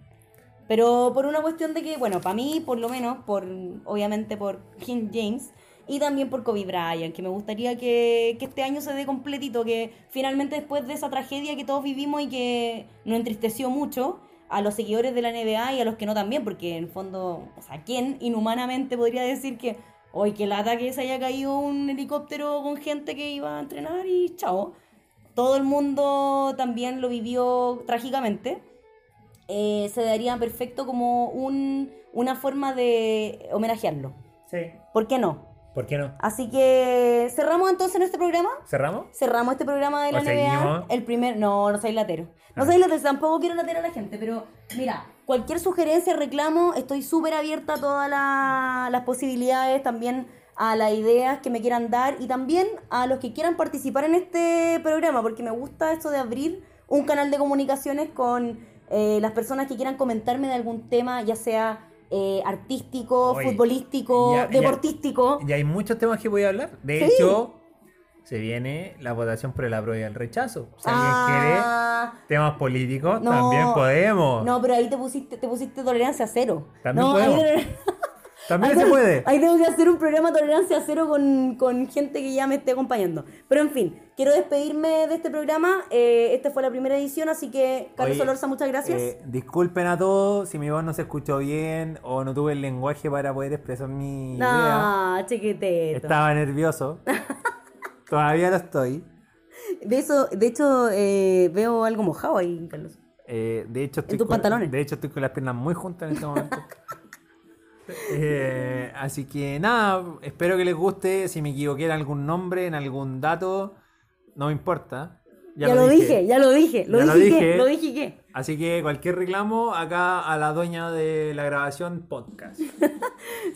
Pero por una cuestión de que, bueno, para mí, por lo menos, por obviamente por King James y también por Kobe Bryant, que me gustaría que, que este año se dé completito, que finalmente después de esa tragedia que todos vivimos y que nos entristeció mucho a los seguidores de la NBA y a los que no también, porque en el fondo, o sea, ¿quién inhumanamente podría decir que hoy que lata que se haya caído un helicóptero con gente que iba a entrenar y chao? Todo el mundo también lo vivió trágicamente eh, se daría perfecto como un, una forma de homenajearlo. Sí. ¿Por qué no? ¿Por qué no? Así que cerramos entonces nuestro programa. ¿Cerramos? Cerramos este programa de la ¿O NBA. seguimos? El primer. No, no soy latero. No Ah. soy latero, tampoco quiero laterar a la gente, pero mira, cualquier sugerencia, reclamo, estoy súper abierta a todas la- las posibilidades, también a las ideas que me quieran dar y también a los que quieran participar en este programa, porque me gusta esto de abrir un canal de comunicaciones con eh, las personas que quieran comentarme de algún tema, ya sea eh, artístico, Oye, futbolístico, ya- ya- deportístico. Y hay muchos temas que voy a hablar. De Sí. hecho, se viene la votación por el apruebo y el rechazo. Si alguien Ah. quiere temas políticos, No. también podemos. No, pero ahí te pusiste, te pusiste tolerancia cero. También no, podemos. ahí- También se ahí- puede. Ahí tengo que hacer un programa tolerancia cero con, con gente que ya me esté acompañando. Pero en fin, quiero despedirme de este programa. Eh, esta fue la primera edición, así que Carlos Oye, Olorza, muchas gracias. Eh, disculpen a todos si mi voz no se escuchó bien o no tuve el lenguaje para poder expresar mi idea. no, chiquitito. Estaba nervioso. Todavía lo estoy. De eso, de hecho, eh, veo algo mojado ahí, Carlos. Eh, de hecho, estoy tus con, pantalones. De hecho, estoy con las piernas muy juntas en este momento. Eh, así que nada, espero que les guste. Si me equivoqué en algún nombre, en algún dato, no me importa. Ya, lo dije. ya lo dije. Lo dije, Ya lo y qué, dije. lo dije y qué. Así que cualquier reclamo, acá a la dueña de la grabación podcast.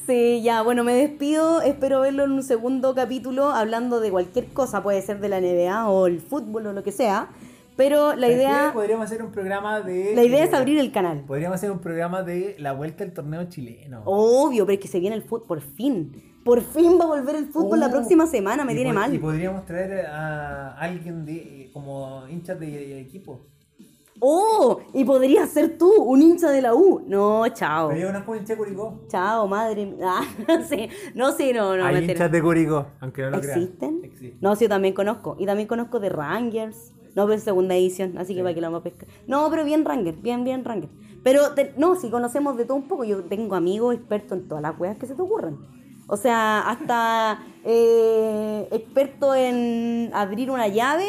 Sí, ya, bueno, me despido. Espero verlo en un segundo capítulo hablando de cualquier cosa, puede ser de la NBA o el fútbol o lo que sea. Pero la idea, Podríamos hacer un programa de. la idea es abrir el canal. Podríamos hacer un programa de la vuelta al torneo chileno. Obvio, pero es que se viene el fútbol, por fin. Por fin va a volver el fútbol la Oh. próxima semana, me Y tiene pod- Y mal. podríamos traer a alguien de, como hinchas de, de equipo. Oh, y podría ser tú, un hincha de la U. No, chao. Pero yo conozco un hincha de Curicó. Chao, madre. mía. Ah, no sé, no sé, no, no. Hay mentira. hinchas de Curicó, aunque no lo crean. ¿Existen? Existen. No, sí, yo también conozco. Y también conozco de Rangers. No, pero es segunda edición, así que para que la vamos a pescar. No, pero bien Rangers, bien, bien Rangers. Pero te- no, si conocemos de todo un poco, yo tengo amigos expertos en todas las weas que se te ocurran. O sea, hasta eh, experto en abrir una llave,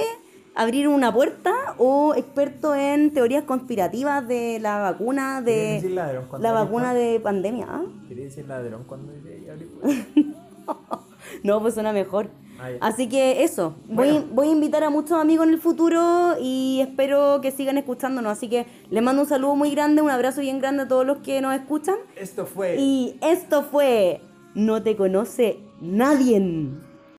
abrir una puerta, o experto en teorías conspirativas de la vacuna ¿Quieres decir de. ladrón cuando La eres vacuna joven? de pandemia, ¿ah? ¿Quieres decir ladrón cuando eres joven? No, pues suena mejor. Ah, ya. Así que eso, voy, Bueno. voy a invitar a muchos amigos en el futuro y espero que sigan escuchándonos. Así que les mando un saludo muy grande, un abrazo bien grande a todos los que nos escuchan. Esto fue. Y esto fue No te conoce nadie.